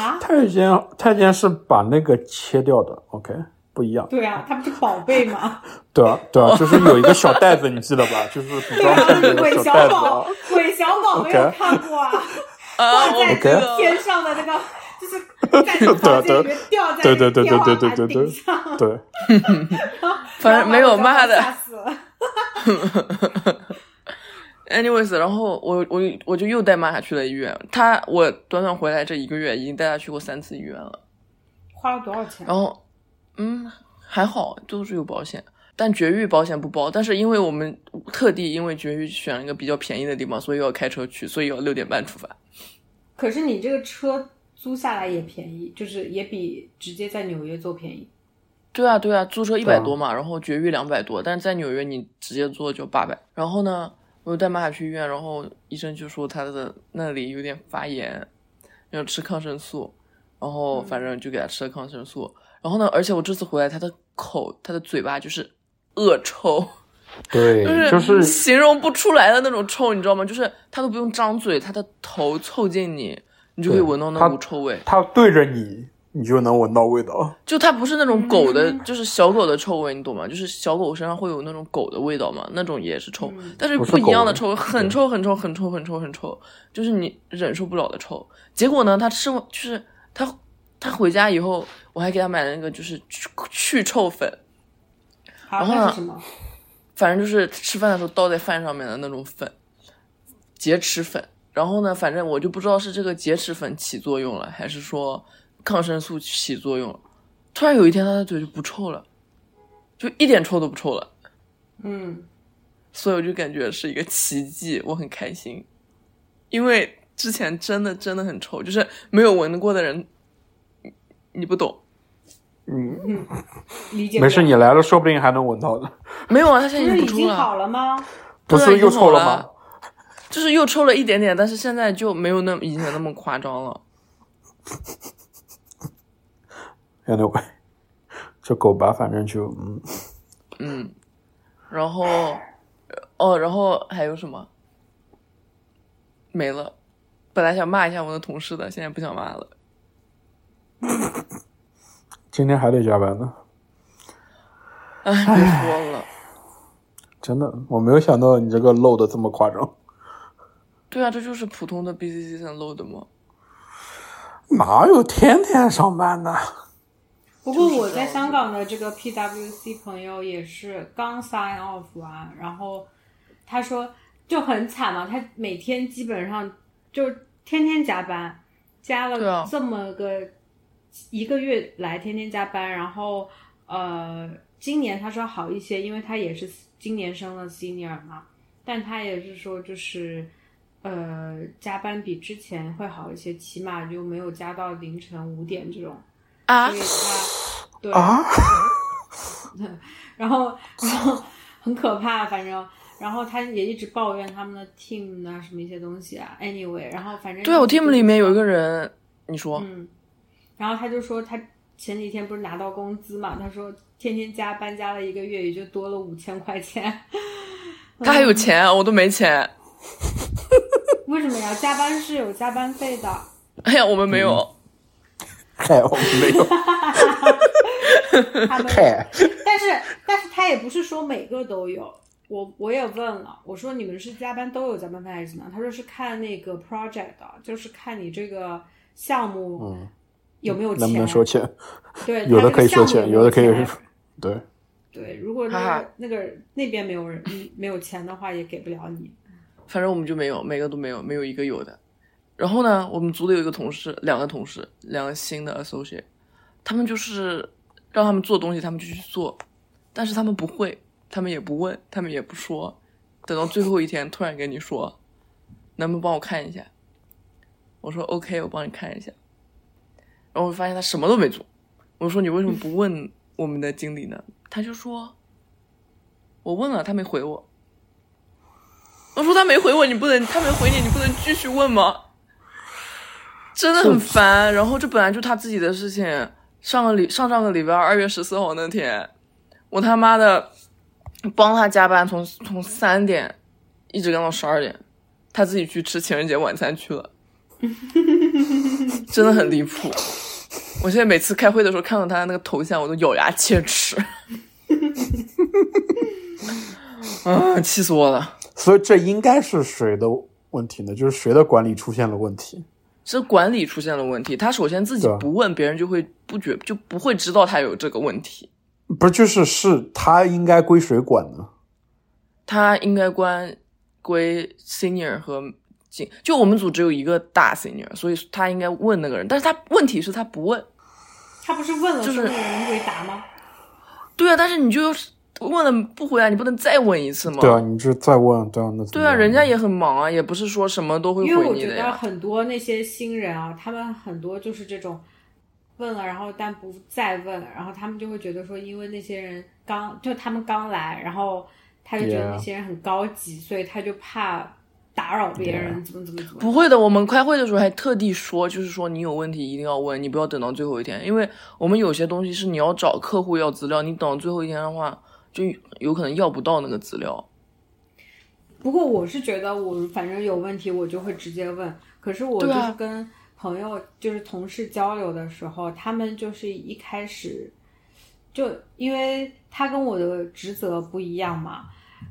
啊？
太监太监是把那个切掉的，OK，不一样。
对啊，他不是宝贝吗？
对啊，对啊，就是有一个小袋子，你记得吧？就是古
对
装
啊，
剧
那
里
个
的
韦
小
小
袋子啊
宝。，韦小宝没有
OK
看过啊。
啊，我
挂
们
在
这
那个
个
天上的那个，就是在你房间里面吊在
对啊对
天
对对
花
对
板
对对
顶
对
上，
对，
反正没有骂的
吓死了。
Anyways，然后我我我就又带玛雅去了医院。他我短短回来这一个月，已经带他去过三次医院了。
花了多少钱？
然后，嗯，还好，就是有保险，但绝育保险不包。但是因为我们特地因为绝育选了一个比较便宜的地方，所以要开车去，所以要六点半出发。
可是你这个车租下来也便宜，就是也比直接在纽约坐便宜。
对啊，对啊，租车一百
对啊
多嘛，然后绝育两百多，但是在纽约你直接坐就八百。然后呢，我又带玛雅去医院，然后医生就说他的那里有点发炎，要吃抗生素，然后
嗯
反正就给他吃了抗生素。然后呢，而且我这次回来，他的口、他的嘴巴就是恶臭，
对，就
就是
是
形容不出来的那种臭，你知道吗？就是他都不用张嘴，他的头凑近你，你就可以
对
闻到那
他
股臭味。
它对着你，你就能闻到味道。
就它不是那种狗的，
嗯
就是小狗的臭味，你懂吗？就是小狗身上会有那种狗的味道嘛，那种也是臭，
嗯
但是
不是
不一样的
狗
臭，很臭很臭很臭很臭很臭，就是你忍受不了的臭。结果呢，它吃完就是它它回家以后，我还给它买了那个就是去去臭粉，
好，
然后呢
哦
那是什么？
反正就是吃饭的时候倒在饭上面的那种粉，洁齿粉。然后呢，反正我就不知道是这个洁齿粉起作用了，还是说抗生素起作用了。突然有一天，他的嘴就不臭了，就一点臭都不臭了。
嗯，
所以我就感觉是一个奇迹，我很开心，因为之前真的真的很臭，就是没有闻过的人，你你不懂。
嗯，
理解不
没
了。
事，你来了，说不定还能闻到呢。
没有啊，他
不
现在已
是已
经不臭
经
了，
好了吗？
不
对啊
是
已经
又
好
臭了吗？
就是又臭了一点点，但是现在就没有那么以前那么夸张了。
Anyway，这狗吧，反正就嗯，
嗯，然后，哦，然后还有什么？没了。本来想骂一下我的同事的，现在不想骂了。
今天还得加班呢。
哎，别 说了。
真的，我没有想到你这个漏的这么夸张。
对啊，这就是普通的 BCC 上漏的嘛。
哪有天天上班的？
不过我在香港的这个 PWC 朋友也是刚 sign off 完，然后他说就很惨嘛，他每天基本上就天天加班，加
对啊
了这么个一个月来天天加班，然后呃，今年他说好一些，因为他也是今年升了 senior 嘛，但他也是说就是。呃，加班比之前会好一些，起码就没有加到凌晨五点这种。
啊
所以他对
啊，
然后然后很可怕，反正然后他也一直抱怨他们的 team 啊什么一些东西啊，anyway，然后反正
对啊，我 team 里面有一
个，
个人，你说，
嗯，然后他就说他前几天不是拿到工资嘛，他说天天加班加了一个月也就多了五千块钱，
他还有钱啊，我都没钱。
为什么呀？加班是有加班费的，
哎呀，我们没有。
哎嗨，我们没 有
他们
嗨，
但是但是他也不是说每个都有。我我也问了，我说你们是加班都有加班费还是怎么样？他说是看那个 project 的，就是看你这个项目
嗯，
有没有钱。
能不能收钱？
哎
对，
有的可
他这
以收
个项
钱，
目
有
有
的
没
可以
钱。
对，
对，如果那
哈哈
个那个那边没有人嗯没有钱的话，也给不了你。
反正我们就没有，每个都没有，没有一个有的。然后呢，我们组里有一个同事，两个同事，两个新的 associate，他们就是让他们做东西，他们就去做，但是他们不会，他们也不问，他们也不说，等到最后一天突然跟你说，能不能帮我看一下？我说 OK，我帮你看一下。然后我发现他什么都没做，我说你为什么不问我们的经理呢？他就说，我问了，他没回我。我说他没回我，你不能，他没回你，你不能继续问吗？真的很烦。然后这本来就他自己的事情。上个礼上上个礼拜二月十四号那天，我他妈的帮他加班从，从三点一直干到十二点，他自己去吃情人节晚餐去了， 真的很离谱。我现在每次开会的时候看到他那个头像，我都咬牙切齿。 啊，气死我了！
所以这应该是谁的问题呢？就是谁的管理出现了问题？
是管理出现了问题。他首先自己
对啊
不问，别人就会不觉就不会知道他有这个问题。
不是，就是是他应该归谁管呢？
它应该关归 senior 和进，就我们组只有一个大 senior，所以他应该问那个人，但是他问题是他不问，
他不是问了
就
说
是
那个人回答吗？
对啊，但是你就问了不回来，啊你不能再问一次吗？
对啊，你这再问，对啊，那怎么
对啊，
样
人家也很忙啊，也不是说什么都会
因为
回
我
你
觉
的
得
呀。
很多那些新人啊，他们很多就是这种问了，然后但不再问，然后他们就会觉得说，因为那些人刚就他们刚来，然后他就觉得
啊
Yeah.
那些人很高级所以他就怕打扰别人怎么怎么怎么。
啊不会的，我们开会的时候还特地说，就是说你有问题一定要问，你不要等到最后一天，因为我们有些东西是你要找客户要资料，你等到最后一天的话，就有可能要不到那个资料。
不过我是觉得我反正有问题我就会直接问，可是我就
对啊
是跟朋友就是同事交流的时候，他们就是一开始就因为他跟我的职责不一样嘛，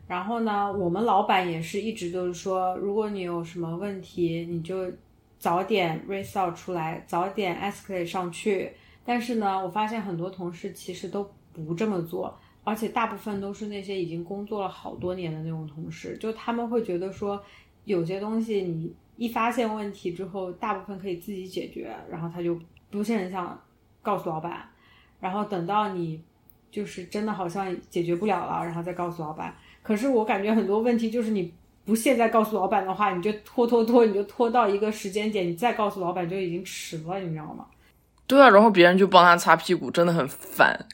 然后呢，我们老板也是一直都是说，如果你有什么问题，你就早点 raise out 出来，早点 escalate 上去。但是呢，我发现很多同事其实都不这么做，而且大部分都是那些已经工作了好多年的那种同事，就他们会觉得说，有些东西你一发现问题之后，大部分可以自己解决，然后他就不是很想告诉老板，然后等到你就是真的好像解决不了了，然后再告诉老板。可是我感觉很多问题就是你不现在告诉老板的话，你就拖拖拖，你就拖到一个时间点，你再告诉老板就已经迟了，你知道吗？
对啊，然后别人就帮他擦屁股，真的很烦。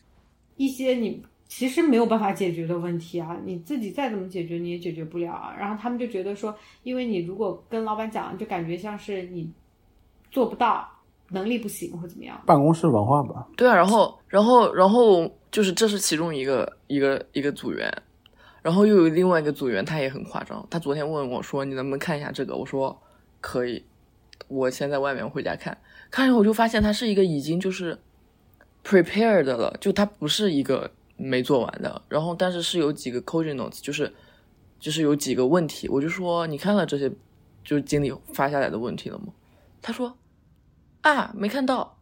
一些你其实没有办法解决的问题啊，你自己再怎么解决你也解决不了啊。然后他们就觉得说，因为你如果跟老板讲，就感觉像是你做不到，能力不行或怎么样。
办公室文化吧，
对啊，然后，然后，然后就是这是其中一个一个一个组员，然后又有另外一个组员，他也很夸张。他昨天问我说：“你能不能看一下这个？”我说：“可以。”我先在外面回家看，看了以后我就发现他是一个已经就是 prepared 的了，就他不是一个没做完的。然后但是是有几个 coding notes，就是就是有几个问题，我就说：“你看了这些就是经理发下来的问题了吗？”他说：“啊，没看到。”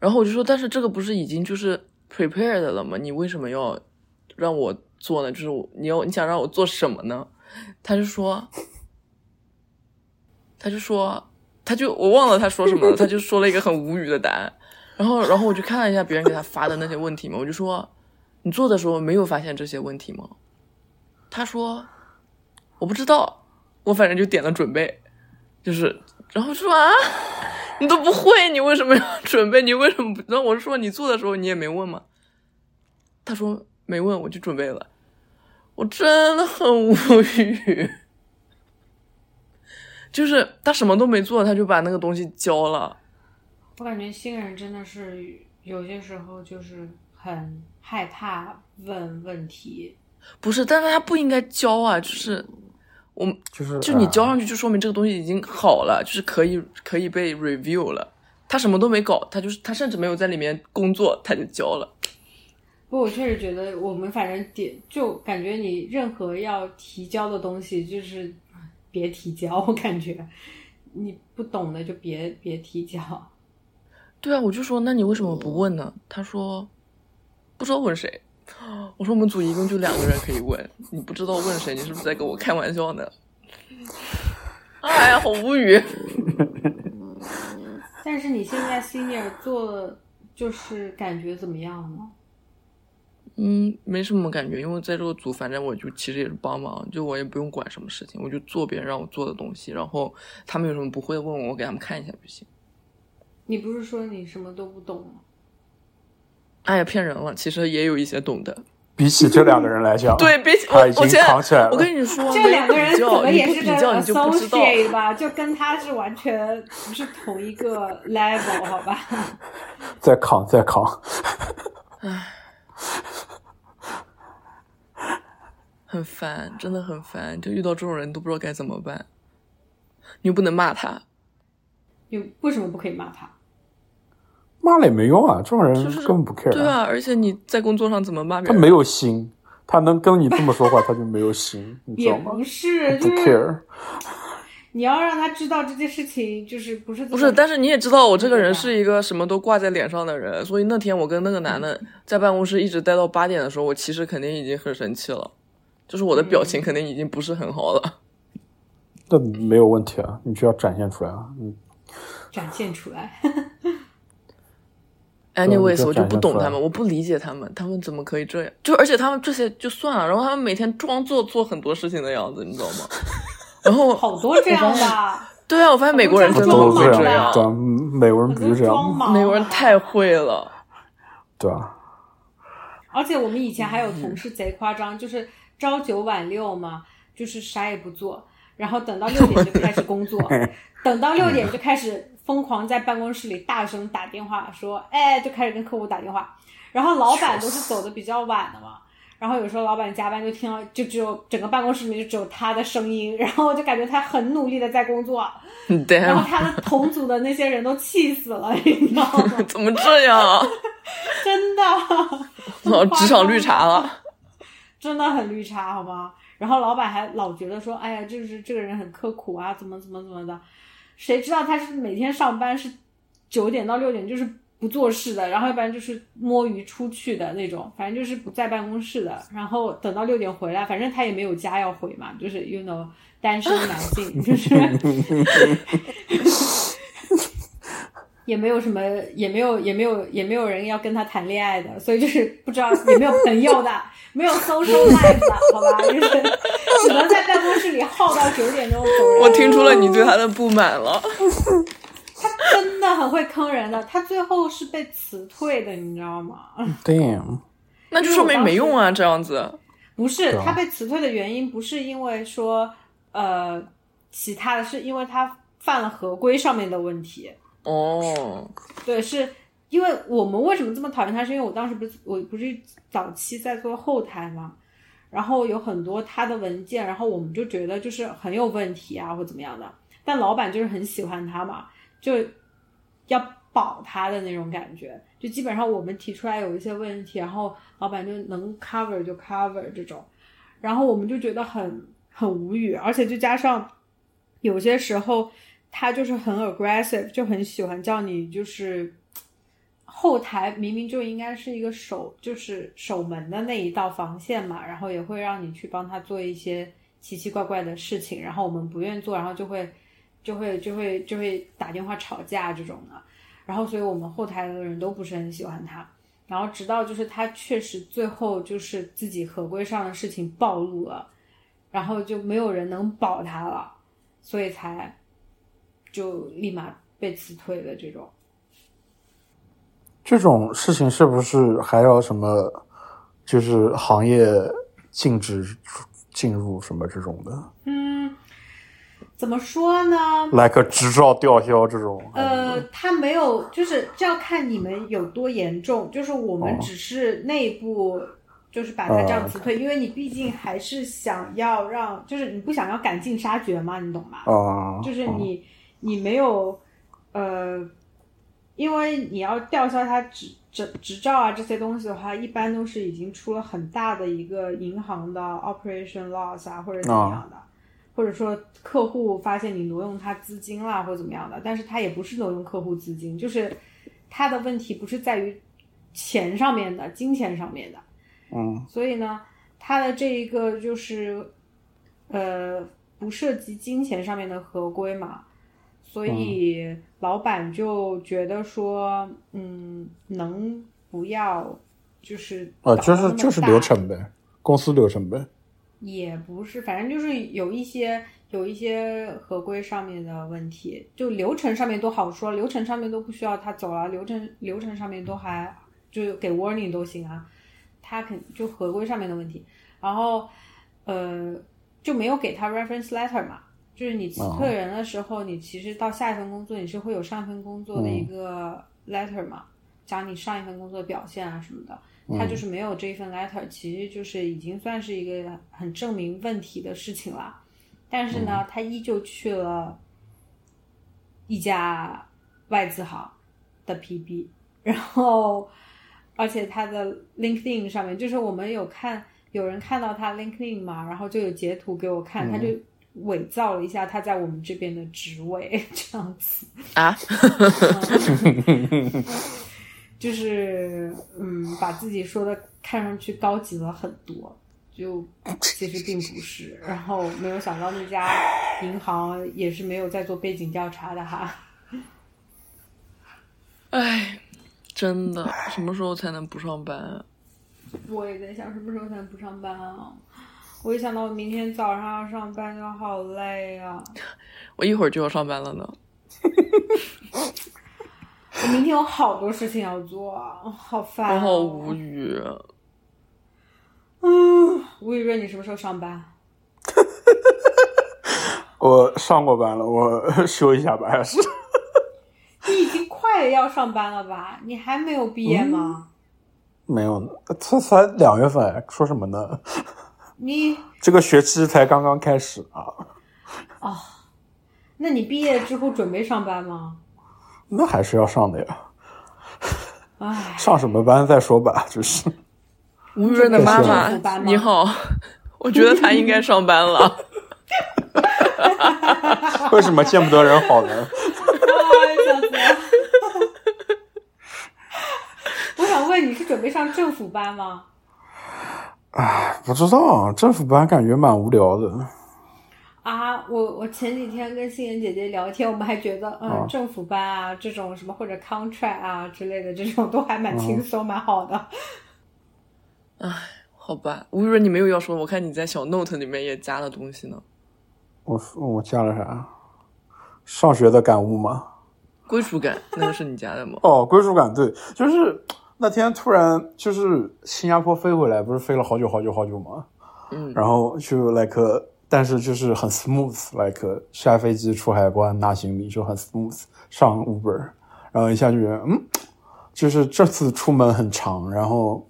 然后我就说，但是这个不是已经就是 prepared 了吗？你为什么要让我做呢？就是我你要你想让我做什么呢？他就说，他就说，他就我忘了他说什么了，他就说了一个很无语的答案。然后，然后我就看了一下别人给他发的那些问题嘛，我就说，你做的时候没有发现这些问题吗？他说，我不知道，我反正就点了准备，就是，然后说啊。你都不会，你为什么要准备？你为什么不？然后我说你做的时候你也没问吗？他说没问，我就准备了。我真的很无语，就是他什么都没做，他就把那个东西交了。
我感觉新人真的是有些时候就是很害怕问问题，
不是，但是他不应该交啊，就是我
就是
就你交
哎
上去，就说明这个东西已经好了，就是可以可以被 review 了。他什么都没搞，他就是他甚至没有在里面工作，他就交了。
不，我确实觉得我们反正点就感觉你任何要提交的东西，就是别提交，我感觉你不懂的就别别提交。
对啊，我就说那你为什么不问
哦
呢？他说不知道问谁。我说我们组一共就两个人可以问，你不知道问谁，你是不是在跟我开玩笑呢？哎呀，好无 语。
但是你现在 senior 做了，就是感觉怎么样呢？
嗯，没什么感觉，因为在这个组，反正我就其实也是帮忙，就我也不用管什么事情，我就做别人让我做的东西，然后他们有什么不会的问我，我给他们看一下就行。
你不是说你什么都不懂吗？
哎呀，骗人了，其实也有一些懂的。
比起这两个人来讲，
对，别我
他已
我
经
现
扛起来
在
了
我跟你说，
这
哦没
两个人
比
怎
较
么也
你
是
不
个
比较你就不知道。
associate 吧？就跟他是完全不是同一个 level，好吧？
再扛再扛，
很烦，真的很烦，就遇到这种人都不知道该怎么办。你又不能骂他，
你为什么不可以骂他？
骂了也没用啊，这种人
就是
根本不 care，
对啊，而且你在工作上怎么骂别
他
人？
没有心，他能跟你这么说话，他就没有心， 你知
也
道吗
不？是，
不
就是
care，
你要让他知道这件事情，就是不是
不是，但
是
是你也知道我这个人是一个什么都挂在脸上的人，所以那天我跟那个男的在办公室一直待到八点的时候，我其实肯定已经很生气了。就是我的表情肯定已经不是很好了。
那没有问题啊，你就要展现出来啊。嗯
展现出来。
Anyways，
嗯就
我就不懂
展现出来
他们，我不理解他们，他们怎么可以这样？就而且他们这些就算了，然后他们每天装作做很多事情的样子，你知道吗？ 然后
好多这样的，
对啊，我发现美国人
不
真
装
的
都
不会
这
忙
这
的
样
样，，咱美国人不是这
好多装
样，
忙啊
美国人太会了。
对啊，
而且我们以前还有同事贼夸
嗯
张，就是朝九晚六嘛，就是啥也不做，然后 等到六点就开始工作，等到六点就开始疯狂在办公室里大声打电话，说哎，就开始跟客户打电话，然后老板都是走的比较晚的嘛。然后有时候老板加班就听到，就只有整个办公室里面就只有他的声音，然后我就感觉他很努力的在工作，然后
Damn，
他的同组的那些人都气死了，你知道吗？
怎么这样啊？
真的，
老职场绿茶了。
真的很绿茶，好吗？然后老板还老觉得说，哎呀，就是这个人很刻苦啊，怎么怎么怎么的，谁知道他是每天上班是九点到六点，就是不做事的，然后要不然就是摸鱼出去的那种，反正就是不在办公室的，然后等到六点回来，反正他也没有家要回嘛，就是 you know 单身男性，就是。 也没有什么，也没有，也没有，也没有人要跟他谈恋爱的，所以就是不知道也没有朋友的，没有 social life 的，好吧，就是只能在办公室里耗到九点钟走人。
我听出了你对他的不满了。
真的很会坑人的，他最后是被辞退的，你知道吗？
，damn，
那就说明没用啊，这样子。
不是，
对啊
他被辞退的原因不是因为说呃其他的，是因为他犯了合规上面的问题。
哦，
对，是因为我们为什么这么讨厌他，是因为我当时不是我不是早期在做后台嘛，然后有很多他的文件，然后我们就觉得就是很有问题啊，或怎么样的，但老板就是很喜欢他嘛，就要保他的那种感觉，就基本上我们提出来有一些问题，然后老板就能 cover 就 cover 这种，然后我们就觉得很很无语，而且就加上有些时候他就是很 aggressive，就很喜欢叫你就是后台明明就应该是一个守就是守门的那一道防线嘛，然后也会让你去帮他做一些奇奇怪怪的事情，然后我们不愿做，然后就会就会就会就会打电话吵架这种的，然后所以我们后台的人都不是很喜欢他。然后直到就是他确实最后就是自己合规上的事情暴露了，然后就没有人能保他了，所以才就立马被辞退的这种。
这种事情是不是还要什么，就是行业禁止进入什么这种的
嗯，怎么说呢？
，like 执照吊销这种？
呃，
嗯
他没有，就是这要看你们有多严重。就是我们
哦
只是内部，就是把他这样
哦
辞退，因为你毕竟还是想要让，就是你不想要赶尽杀绝嘛，你懂吗？
啊，
就是你你没有呃，因为你要吊销他执执执照啊这些东西的话，一般都是已经出了很大的一个银行的 operation loss 啊，或者怎么样的，或者说客户发现你挪用他资金啦，或者怎么样的，但是他也不是挪用客户资金，就是他的问题不是在于钱上面的，金钱上面的。
嗯
所以呢，它的这一个就是，呃，不涉及金钱上面的合规嘛，所
嗯
以老板就觉得说，嗯，能不要就是
啊，
搞
就是
那么
就是
大
流程呗，公司流程呗。
也不是，反正就是有一些有一些合规上面的问题，就流程上面都好说，流程上面都不需要他走了，流程流程上面都还就给 warning 都行啊，他肯就合规上面的问题，然后呃就没有给他 reference letter 嘛，就是你辞退人的时候，你其实到下一份工作你是会有上一份工作的一个 letter 嘛，讲你上一份工作的表现啊什么的。
嗯
他就是没有这一份 letter，其实就是已经算是一个很证明问题的事情了。但是呢，他依旧去了一家外资行的 PB，然后而且他的 LinkedIn 上面，就是我们有看有人看到他 LinkedIn 嘛，然后就有截图给我看，他就伪造了一下他在我们这边的职位这样子。
啊，
就是嗯，把自己说的看上去高级了很多，就其实并不是。然后没有想到那家银行也是没有在做背景调查的哈。
唉，真的，什么时候才能不上班啊？
我也在想什么时候才能不上班啊？我一想到我明天早上要上班就好累啊！
我一会儿就要上班了呢。
我明天有好多事情要做，好烦、哦。
我好无语。
嗯，吴雨润，你什么时候上班？
我上过班了，我 休一下吧，还是。
你已经快要上班了吧？你还没有毕业吗？
嗯
没有呢，这才两月份，说什么呢？
你
这个学期才刚刚开始啊！
哦，那你毕业之后准备上班吗？
那还是要上的呀。
唉，
上什么班再说吧， 就是。
吴润的妈妈，
就是
你好， 我觉得他应该上班了。
为什么见不得人好呢？
我想问，你是准备上政府班吗？
唉， 不知道，啊政府班感觉蛮无聊的。
啊，我我前几天跟心妍姐姐聊天，我们还觉得，嗯，
啊
政府班啊这种什么或者 contract 啊之类的这种都还
哦
蛮轻松，蛮好的。
唉，好吧，吴润，你没有要说的，我看你在小 note 里面也加了东西呢。
我我加了啥？上学的感悟吗？
归属感，那个是你加的吗？
哦，归属感，对，就是那天突然就是新加坡飞回来，不是飞了好久好久好久吗？
嗯，
然后就 like，但是就是很 smooth，like 下飞机出海关拿行李就很 smooth，上 Uber，然后一下就觉得嗯，就是这次出门很长，然后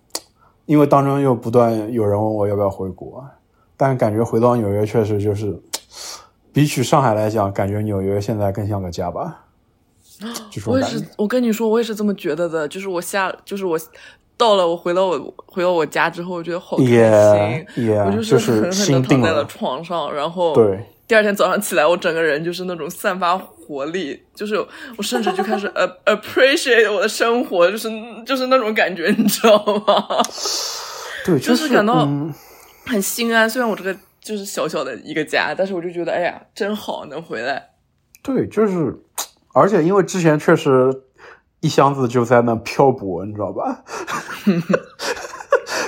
因为当中又不断有人问我要不要回国，但感觉回到纽约确实就是比起上海来讲，感觉纽约现在更像个家吧。 这种
我也
感觉
是，我跟你说，我也是这么觉得的。就是我下，就是我到了，我回到我回到我家之后，我觉得好开心
Yeah, yeah，
我
就是
狠狠
心
的
定
躺在
了
了床上，然后
对，
第二天早上起来，我整个人就是那种散发活力，就是我甚至就开始 a- appreciate 我的生活，就是就是那种感觉，你知道吗？
对，
就是是感到
嗯
很心安。虽然我这个就是小小的一个家，但是我就觉得，哎呀，真好，能回来。
对，就是，而且因为之前确实一箱子就在那漂泊，你知道吧？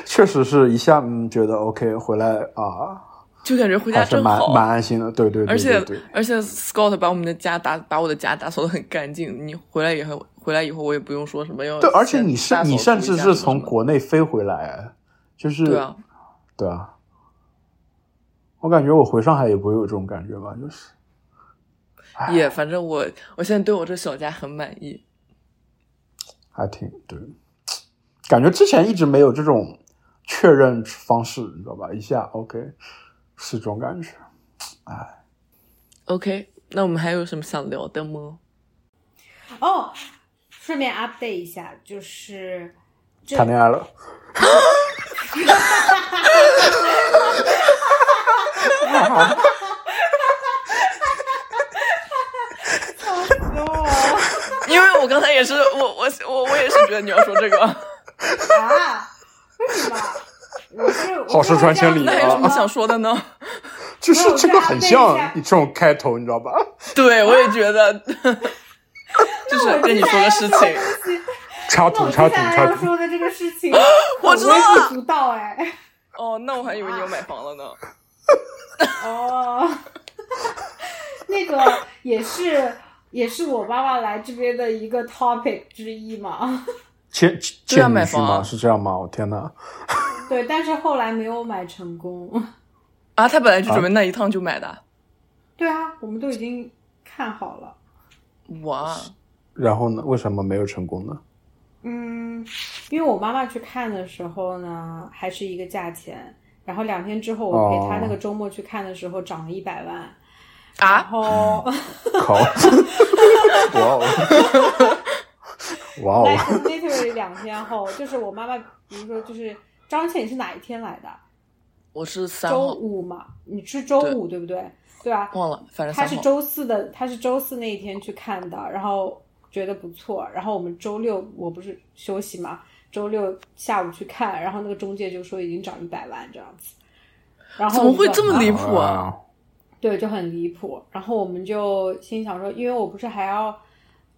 确实是一下嗯觉得 OK 回来啊，
就感觉回家
还是
真
蛮
好，
蛮安心的。对对对
而且
对对，
而且 Scott 把我们的家打把我的家打扫的很干净，你回来以后回来以后我也不用说什么要
对，而且
先
你
打
是
扫
你甚
除
至
一下
是
什么
从
什么
国内飞回来，就是
对啊，
对啊我感觉我回上海也不会有这种感觉吧，就是哎
也反正我我现在对我这小家很满意，
还挺对，感觉之前一直没有这种确认方式，你知道吧？一下 OK 是这种感觉。
OK，那我们还有什么想聊的吗？
哦，顺便 update 一下，就是这
谈恋爱了。
哦
因为我刚才也是我我我我也是觉得你要说这 个，
啊，为什么？我是
好事传千里
那有什么
啊
想说的呢？
就是
没有这
这个
样
很
那
像
一下
你这种开头，你知道吧？
对，我也觉得， 就是跟你说的事情，
情。
插
那
图
我
插
接
图
下来
插
要
图，
说的这个事情，
我知道了
微不足道 哎。
哦，那我还以为你要买房了呢。
哦， 那个也是也是我爸爸来这边的一个 topic 之一嘛。
签
对啊
签
买
女婿
房啊
吗？是这样吗？我天哪！
对，但是后来没有买成功。
啊，他本来就准备那一趟就买的，
对啊，我们都已经看好了。
哇，
然后呢？为什么没有成功呢？
嗯，因为我妈妈去看的时候呢，还是一个价钱，然后两天之后我陪她那个周末去看的时候涨了一百万，然
啊，
后、
靠！哇哦！哇哦
like！literally 两天后，就是我妈妈，比如说就是张倩，你是哪一天来的？
我是三
周
号，
五嘛，你是周五对不对？对啊，
忘了，反正
他
三
是
号。
周四的，他是周四那一天去看的，然后觉得不错，然后我们周六我不是休息嘛，周六下午去看，然后那个中介就说已经涨一百万这样子，然后
怎么会这么离谱啊？
啊
对，就很离谱。然后我们就心想说，因为我不是还要，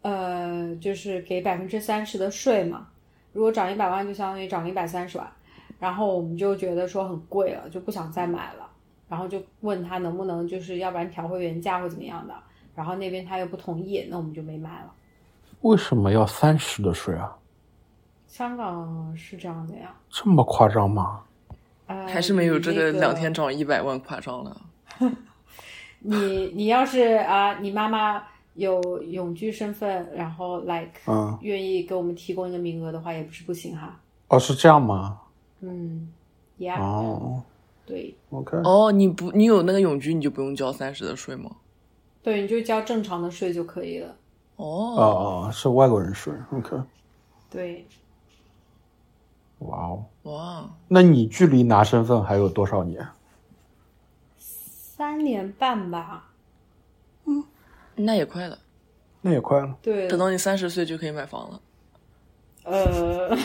呃，就是给百分之三十的税嘛，如果涨一百万就相当于涨一百三十万，然后我们就觉得说很贵了，就不想再买了，然后就问他能不能就是要不然调回原价或怎么样的，然后那边他又不同意，那我们就没买了。
为什么要三十的税啊？
香港是这样的呀，
这么夸张吗？
呃，
还是没有这
你那
个
个
两天涨一百万夸张了。
你你要是啊，你妈妈有永居身份，然后 like、
嗯
愿意给我们提供一个名额的话，也不是不行哈。
哦，是这样吗？
嗯，Yeah，、
哦
对
，OK，
哦，你不，你有那个永居，你就不用交三十的税吗？
对，你就交正常的税就可以了。
哦
哦，
哦，是外国人税，OK，
对，
哇哦，
啊哇，
那你距离拿身份还有多少年？
三年半吧。
那也快了，
那也快了。
对，
等到你三十岁就可以买房了。
呃，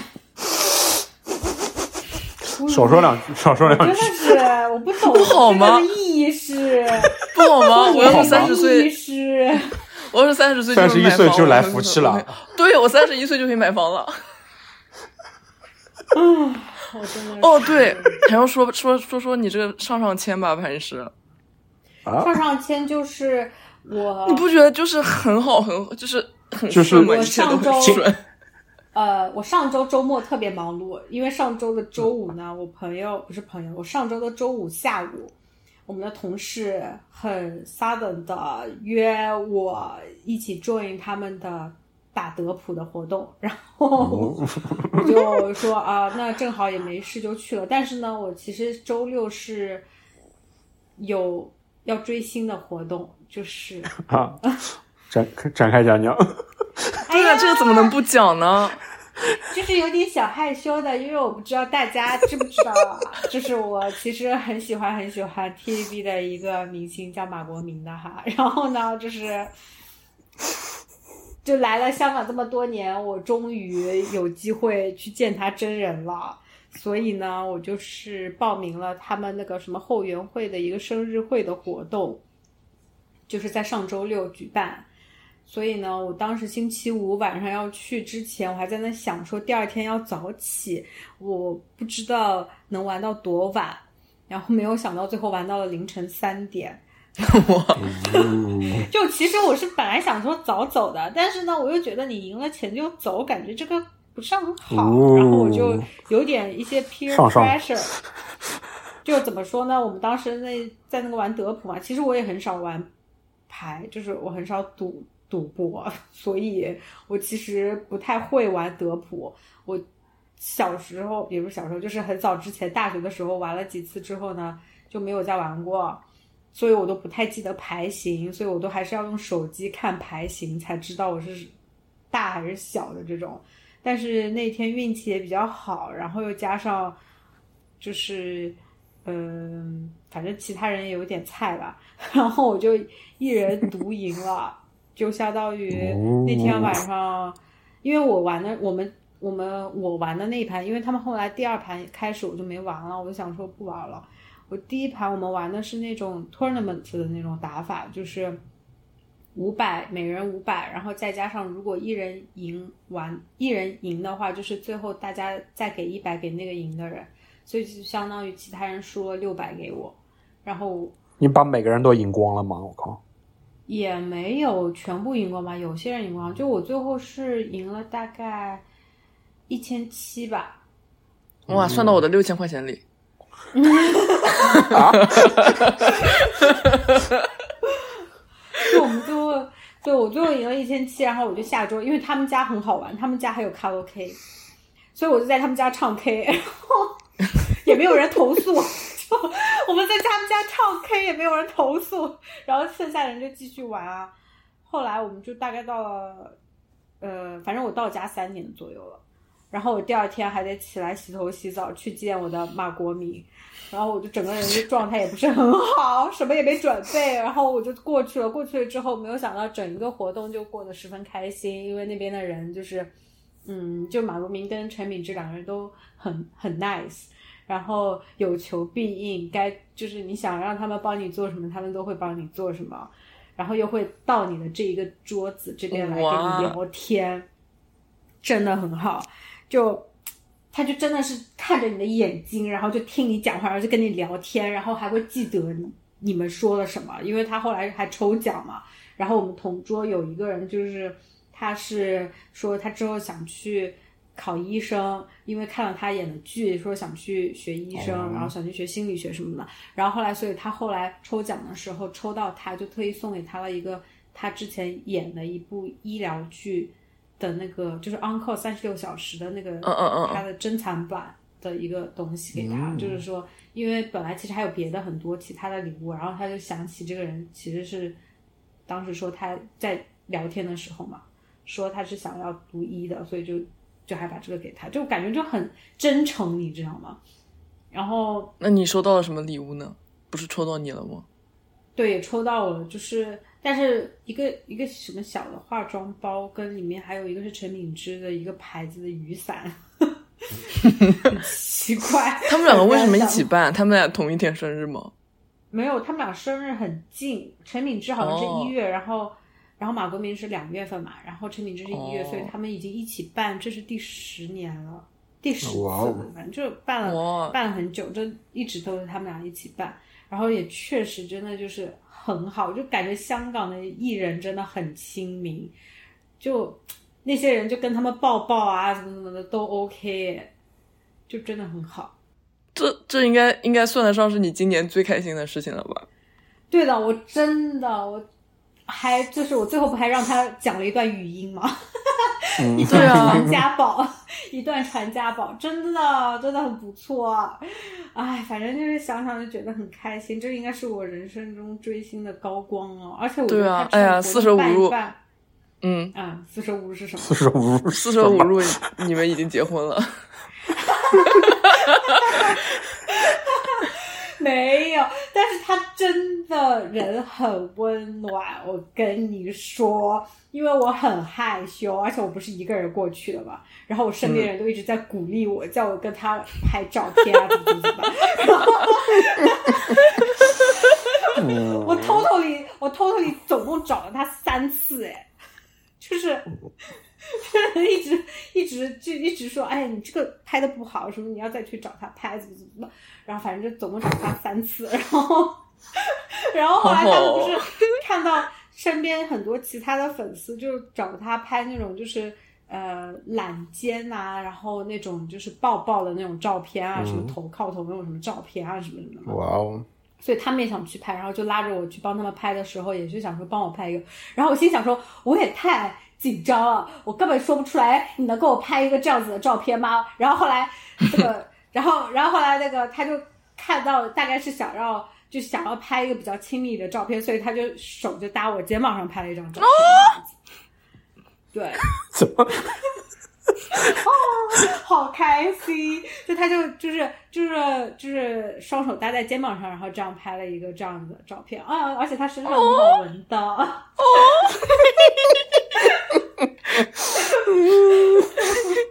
少说两句，少说两
真
句
的。是我不懂
不好吗
这个的意义是，
不好吗？我要是三十
意义
岁，
是，
我要是三十岁就能买
31
房，
岁就来
我
福气了
我可以 对我三十一岁就可以买房了。
我真的是
哦，对，还要说说说说你这个上上签吧，潘石，
啊
上上签就是我
你不觉得就是很好，很就是很
就是
顺吗？
我
一切都
上周
很顺。
呃，我上周周末特别忙碌，因为上周的周五呢，我朋友不是朋友，我上周的周五下午，我们的同事很 sudden 的约我一起 join 他们的打德普的活动，然
哦
后
嗯
我就说啊、那正好也没事就去了。但是呢，我其实周六是有要追星的活动，就是
啊，展展开讲 讲。
哎
对
呀
啊，，这个怎么能不讲 呢？
就是有点小害羞的，因为我不知道大家知不知道啊，就是我其实很喜欢很喜欢 TVB 的一个明星叫马国明的哈，然后呢，就是 就来了香港这么多年，我终于有机会去见他真人了。所以呢，我就是报名了他们那个什么后援会的一个生日会的活动，就是在上周六举办。所以呢，我当时星期五晚上要去之前，我还在那想说第二天要早起，我不知道能玩到多晚，然后没有想到最后玩到了凌晨三点。就其实我是本来想说早走的，但是呢，我又觉得你赢了钱就走，感觉这个不是很好，
哦
然后我就有点一些 peer
上上
pressure。就怎么说呢？我们当时那在那个玩德普嘛，其实我也很少玩牌，就是我很少赌赌博，所以我其实不太会玩德普。我小时候，也不是小时候，就是很早之前大学的时候玩了几次之后呢，就没有再玩过，所以我都不太记得牌型，所以我都还是要用手机看牌型才知道我是大还是小的这种。但是那天运气也比较好，然后又加上就是嗯、反正其他人也有点菜吧，然后我就一人独赢了，就相当于那天晚上，因为我玩的我们。我们我玩的那一盘，因为他们后来第二盘开始我就没玩了，我就想说不玩了。我第一盘我们玩的是那种 tournament 的那种打法，就是五百每人五百，然后再加上如果一人赢完一人赢的话，就是最后大家再给一百给那个赢的人，所以就相当于其他人输了六百给我，然后
你把每个人都赢光了吗？我靠！
也没有全部赢光吧，有些人赢光，就我最后是赢了大概一千七吧，
哇，算到我的六千块钱里。
就我们最后，对我最后赢了一千七，然后我就下周，因为他们家很好玩，他们家还有卡拉 OK，所以我就在他们家唱 K，然 后也没有人投诉， 就我们在他们家唱 K 也没有人投诉，然后剩下人就继续玩啊。后来我们就大概到了，呃，反正我到家三点左右了。然后我第二天还得起来洗头洗澡去见我的马国明，然后我就整个人就状态也不是很好，什么也没准备，然后我就过去了。过去了之后，没有想到整一个活动就过得十分开心，因为那边的人就是，嗯，就马国明跟陈敏之两个人都很很 nice，然后有求必应，该就是你想让他们帮你做什么，他们都会帮你做什么，然后又会到你的这一个桌子这边来跟
哇
你聊天，真的很好，就。他就真的是看着你的眼睛，然后就听你讲话，然后就跟你聊天，然后还会记得你你们说了什么，因为他后来还抽奖嘛。然后我们同桌有一个人，就是他是说他之后想去考医生，因为看了他演的剧，说想去学医生，
哦
然后想去学心理学什么的。然后后来，所以他后来抽奖的时候抽到他，就特意送给他了一个他之前演的一部医疗剧的那个，就是《Uncle 三十六小时》的那个，
嗯嗯嗯嗯
他的珍藏版的一个东西给他，
嗯
就是说，因为本来其实还有别的很多其他的礼物，然后他就想起这个人其实是当时说他在聊天的时候嘛，说他是想要读医的，所以就就还把这个给他，就感觉就很真诚，你知道吗？然后
那你收到了什么礼物呢？不是抽到你了吗？
对，也抽到了，就是但是一个一个什么小的化妆包，跟里面还有一个是陈敏之的一个牌子的雨伞， 很奇怪。
他们两个为什么一起办？他们俩同一天生日吗？
没有，他们俩生日很近，陈敏之好像
哦
是一月，然后然后马国明是两月份嘛，然后陈敏之是一月，
哦
所以他们已经一起办，这是第十年了，第十次
哇哦
了，反正就办了
哇
办了很久，就一直都是他们俩一起办，然后也确实真的就是很好，就感觉香港的艺人真的很亲民，就那些人就跟他们抱抱啊什么什么的都 OK，就真的很好。
这这应该应该算得上是你今年最开心的事情了吧？
对的，我真的我还就是我最后不还让他讲了一段语音吗？
嗯
一段
对 啊
传家宝， 一段传家宝，真的真的很不错。哎，反正就是想想就觉得很开心，这应该是我人生中追星的高光哦。而且我觉
对
得
啊
他
哎呀
出国办
45
一办
嗯，
啊，四舍五入是什么？
四舍五入，
四舍五入，你们已经结婚了。
没有，但是他真的人很温暖，我跟你说，因为我很害羞，而且我不是一个人过去的嘛，然后我身
嗯
边人都一直在鼓励我，叫我跟他拍照片啊，怎么怎么怎么办，
嗯，
我偷偷里，我偷偷里总共找了他三次，哎，就是，就是一直一直就一直说，哎，你这个拍的不好，什么你要再去找他拍，怎么怎么的，然后反正就总共找他三次，然后，然后后来他们不
哦
是看到身边很多其他的粉丝就找他拍那种就是。呃，揽肩呐、然后那种就是抱抱的那种照片啊，
嗯
什么头靠头那种什么照片啊，什么什么的嘛。
哇哦，
所以他们也想去拍，然后就拉着我去帮他们拍的时候，也是想说帮我拍一个。然后我心想说，我也太紧张了，我根本说不出来，你能给我拍一个这样子的照片吗？然后后来这个， 然后然后后来那个他就看到大概是想让。就想要拍一个比较亲密的照片，所以他就手就搭我肩膀上拍了一张照片。对，
怎么
好开心！就他就就是就是就是双手搭在肩膀上，然后这样拍了一个这样子的照片啊，而且他身上有好纹的，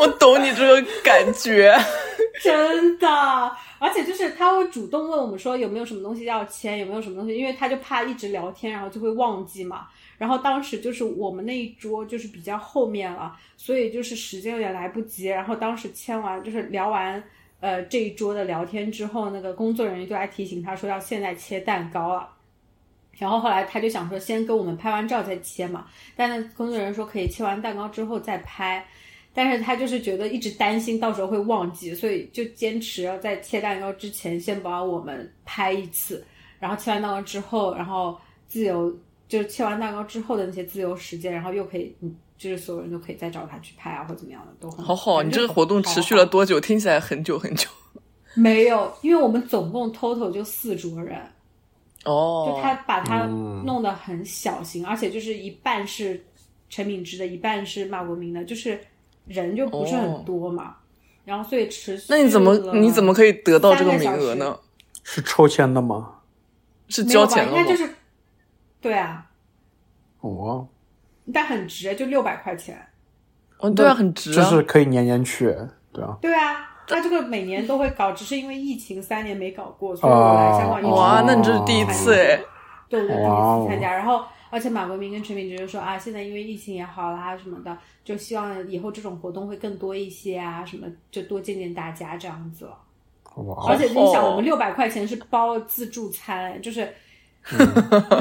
我懂你这个感觉。
真的，而且就是他会主动问我们说有没有什么东西要签，有没有什么东西，因为他就怕一直聊天，然后就会忘记嘛。然后当时就是我们那一桌就是比较后面了，所以就是时间有点来不及。然后当时签完就是聊完呃这一桌的聊天之后，那个工作人员就来提醒他说要现在切蛋糕了。然后后来他就想说先给我们拍完照再切嘛，但是工作人员说可以切完蛋糕之后再拍。但是他就是觉得一直担心到时候会忘记，所以就坚持要在切蛋糕之前先帮我们拍一次，然后切完蛋糕之后，然后自由就是切完蛋糕之后的那些自由时间，然后又可以，嗯就是所有人都可以再找他去拍啊，或怎么样的都很
好好，你这个活动持续
好
了
好
多久？听起来很久很久。
没有？因为我们总共 total 就四桌人，
哦
就，他把它
嗯
弄得很小型，而且就是一半是陈敏之的，一半是马国明的，就是人就不是很多嘛。然后所以持续
哦那你怎么
了
你怎么可以得到这个名额
三个小
呢？
是抽签的吗？
是
没有
交
吧？
钱
应
了
该就
吗？
是对啊，
哦，
但很值，就六百块钱。
哦，对啊，很值
就
啊
是。可以年年去，对啊，
对啊，他这个每年都会搞，只是因为疫情三年没搞过，所以我来香港一直
哇，那你这是
哦
第一次哎，
对，我就
哇
第一
哦
次参加。然后，而且马国明跟陈敏直就说啊，现在因为疫情也好啦什么的，就希望以后这种活动会更多一些啊，什么就多见见大家这样子了。
哇，哦
而且你想，
好
我们六百块钱是包自助餐，就是。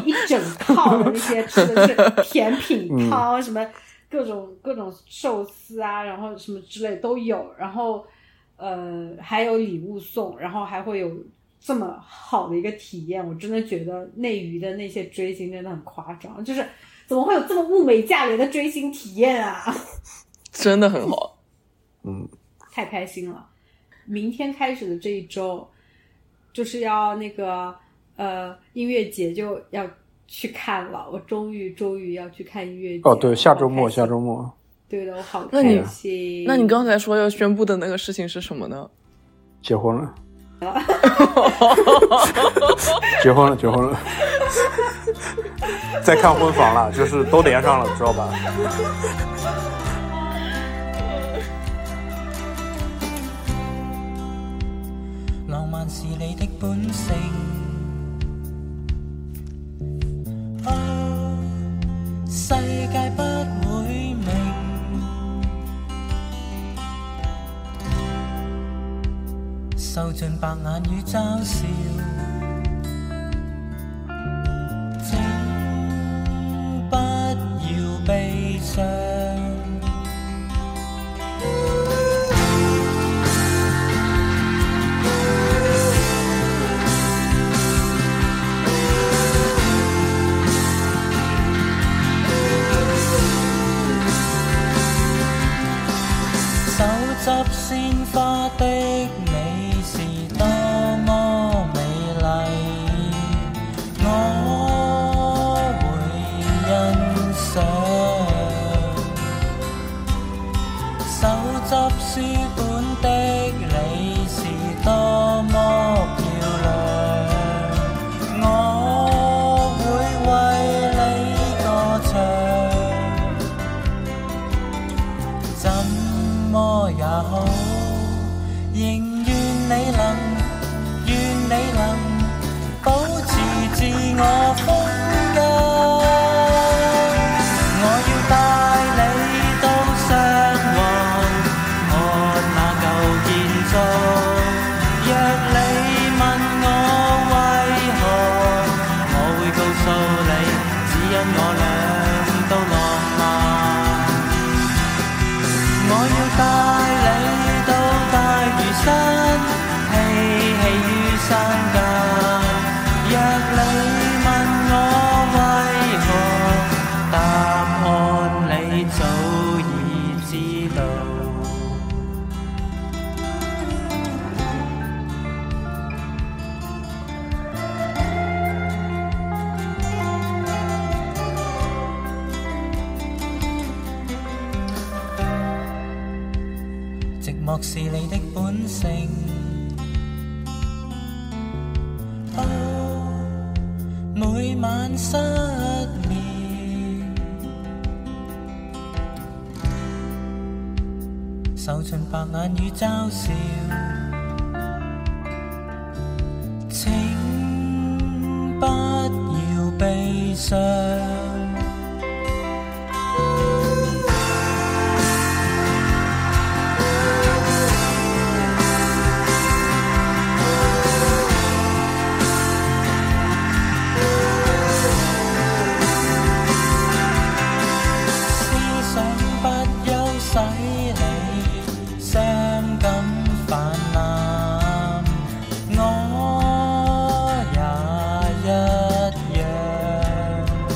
一整套的那些吃的是甜品汤，什么各种各种寿司啊，然后什么之类都有，然后呃还有礼物送，然后还会有这么好的一个体验，我真的觉得内娱的那些追星真的很夸张，就是怎么会有这么物美价廉的追星体验啊？
真的很好。
嗯，
太开心了！明天开始的这一周，就是要那个呃音乐节就要去看了，我终于终于要去看音乐节
哦，
了
对，下周末，下。
我好开心
周末，
对的，我好
那你
开心。
那你刚才说要宣布的那个事情是什么呢？
结婚了，结婚了，结婚了， 在看婚房了，就是都连上了，知道吧？
浪漫是你的本性。啊，世界不会明。受尽白眼與嘲笑，請不要悲傷。手執鮮花的你是多麼美麗，我會欣賞。手執書本的你是多麼漂亮，我會為你歌唱。怎麼也好，仍願你能，願你能保持自我風格。我要帶你到上岸，看那舊建築。若你問我為何，我會告訴你，只因我倆都浪漫。我要帶你到大嶼山，嬉戲於山間。若你問我為何，答案你早已知道。寂寞是你的本性。啊，每晚失眠，受盡白眼與嘲笑。請不要悲傷。思想不休使你傷感泛濫，我也一樣。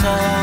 中。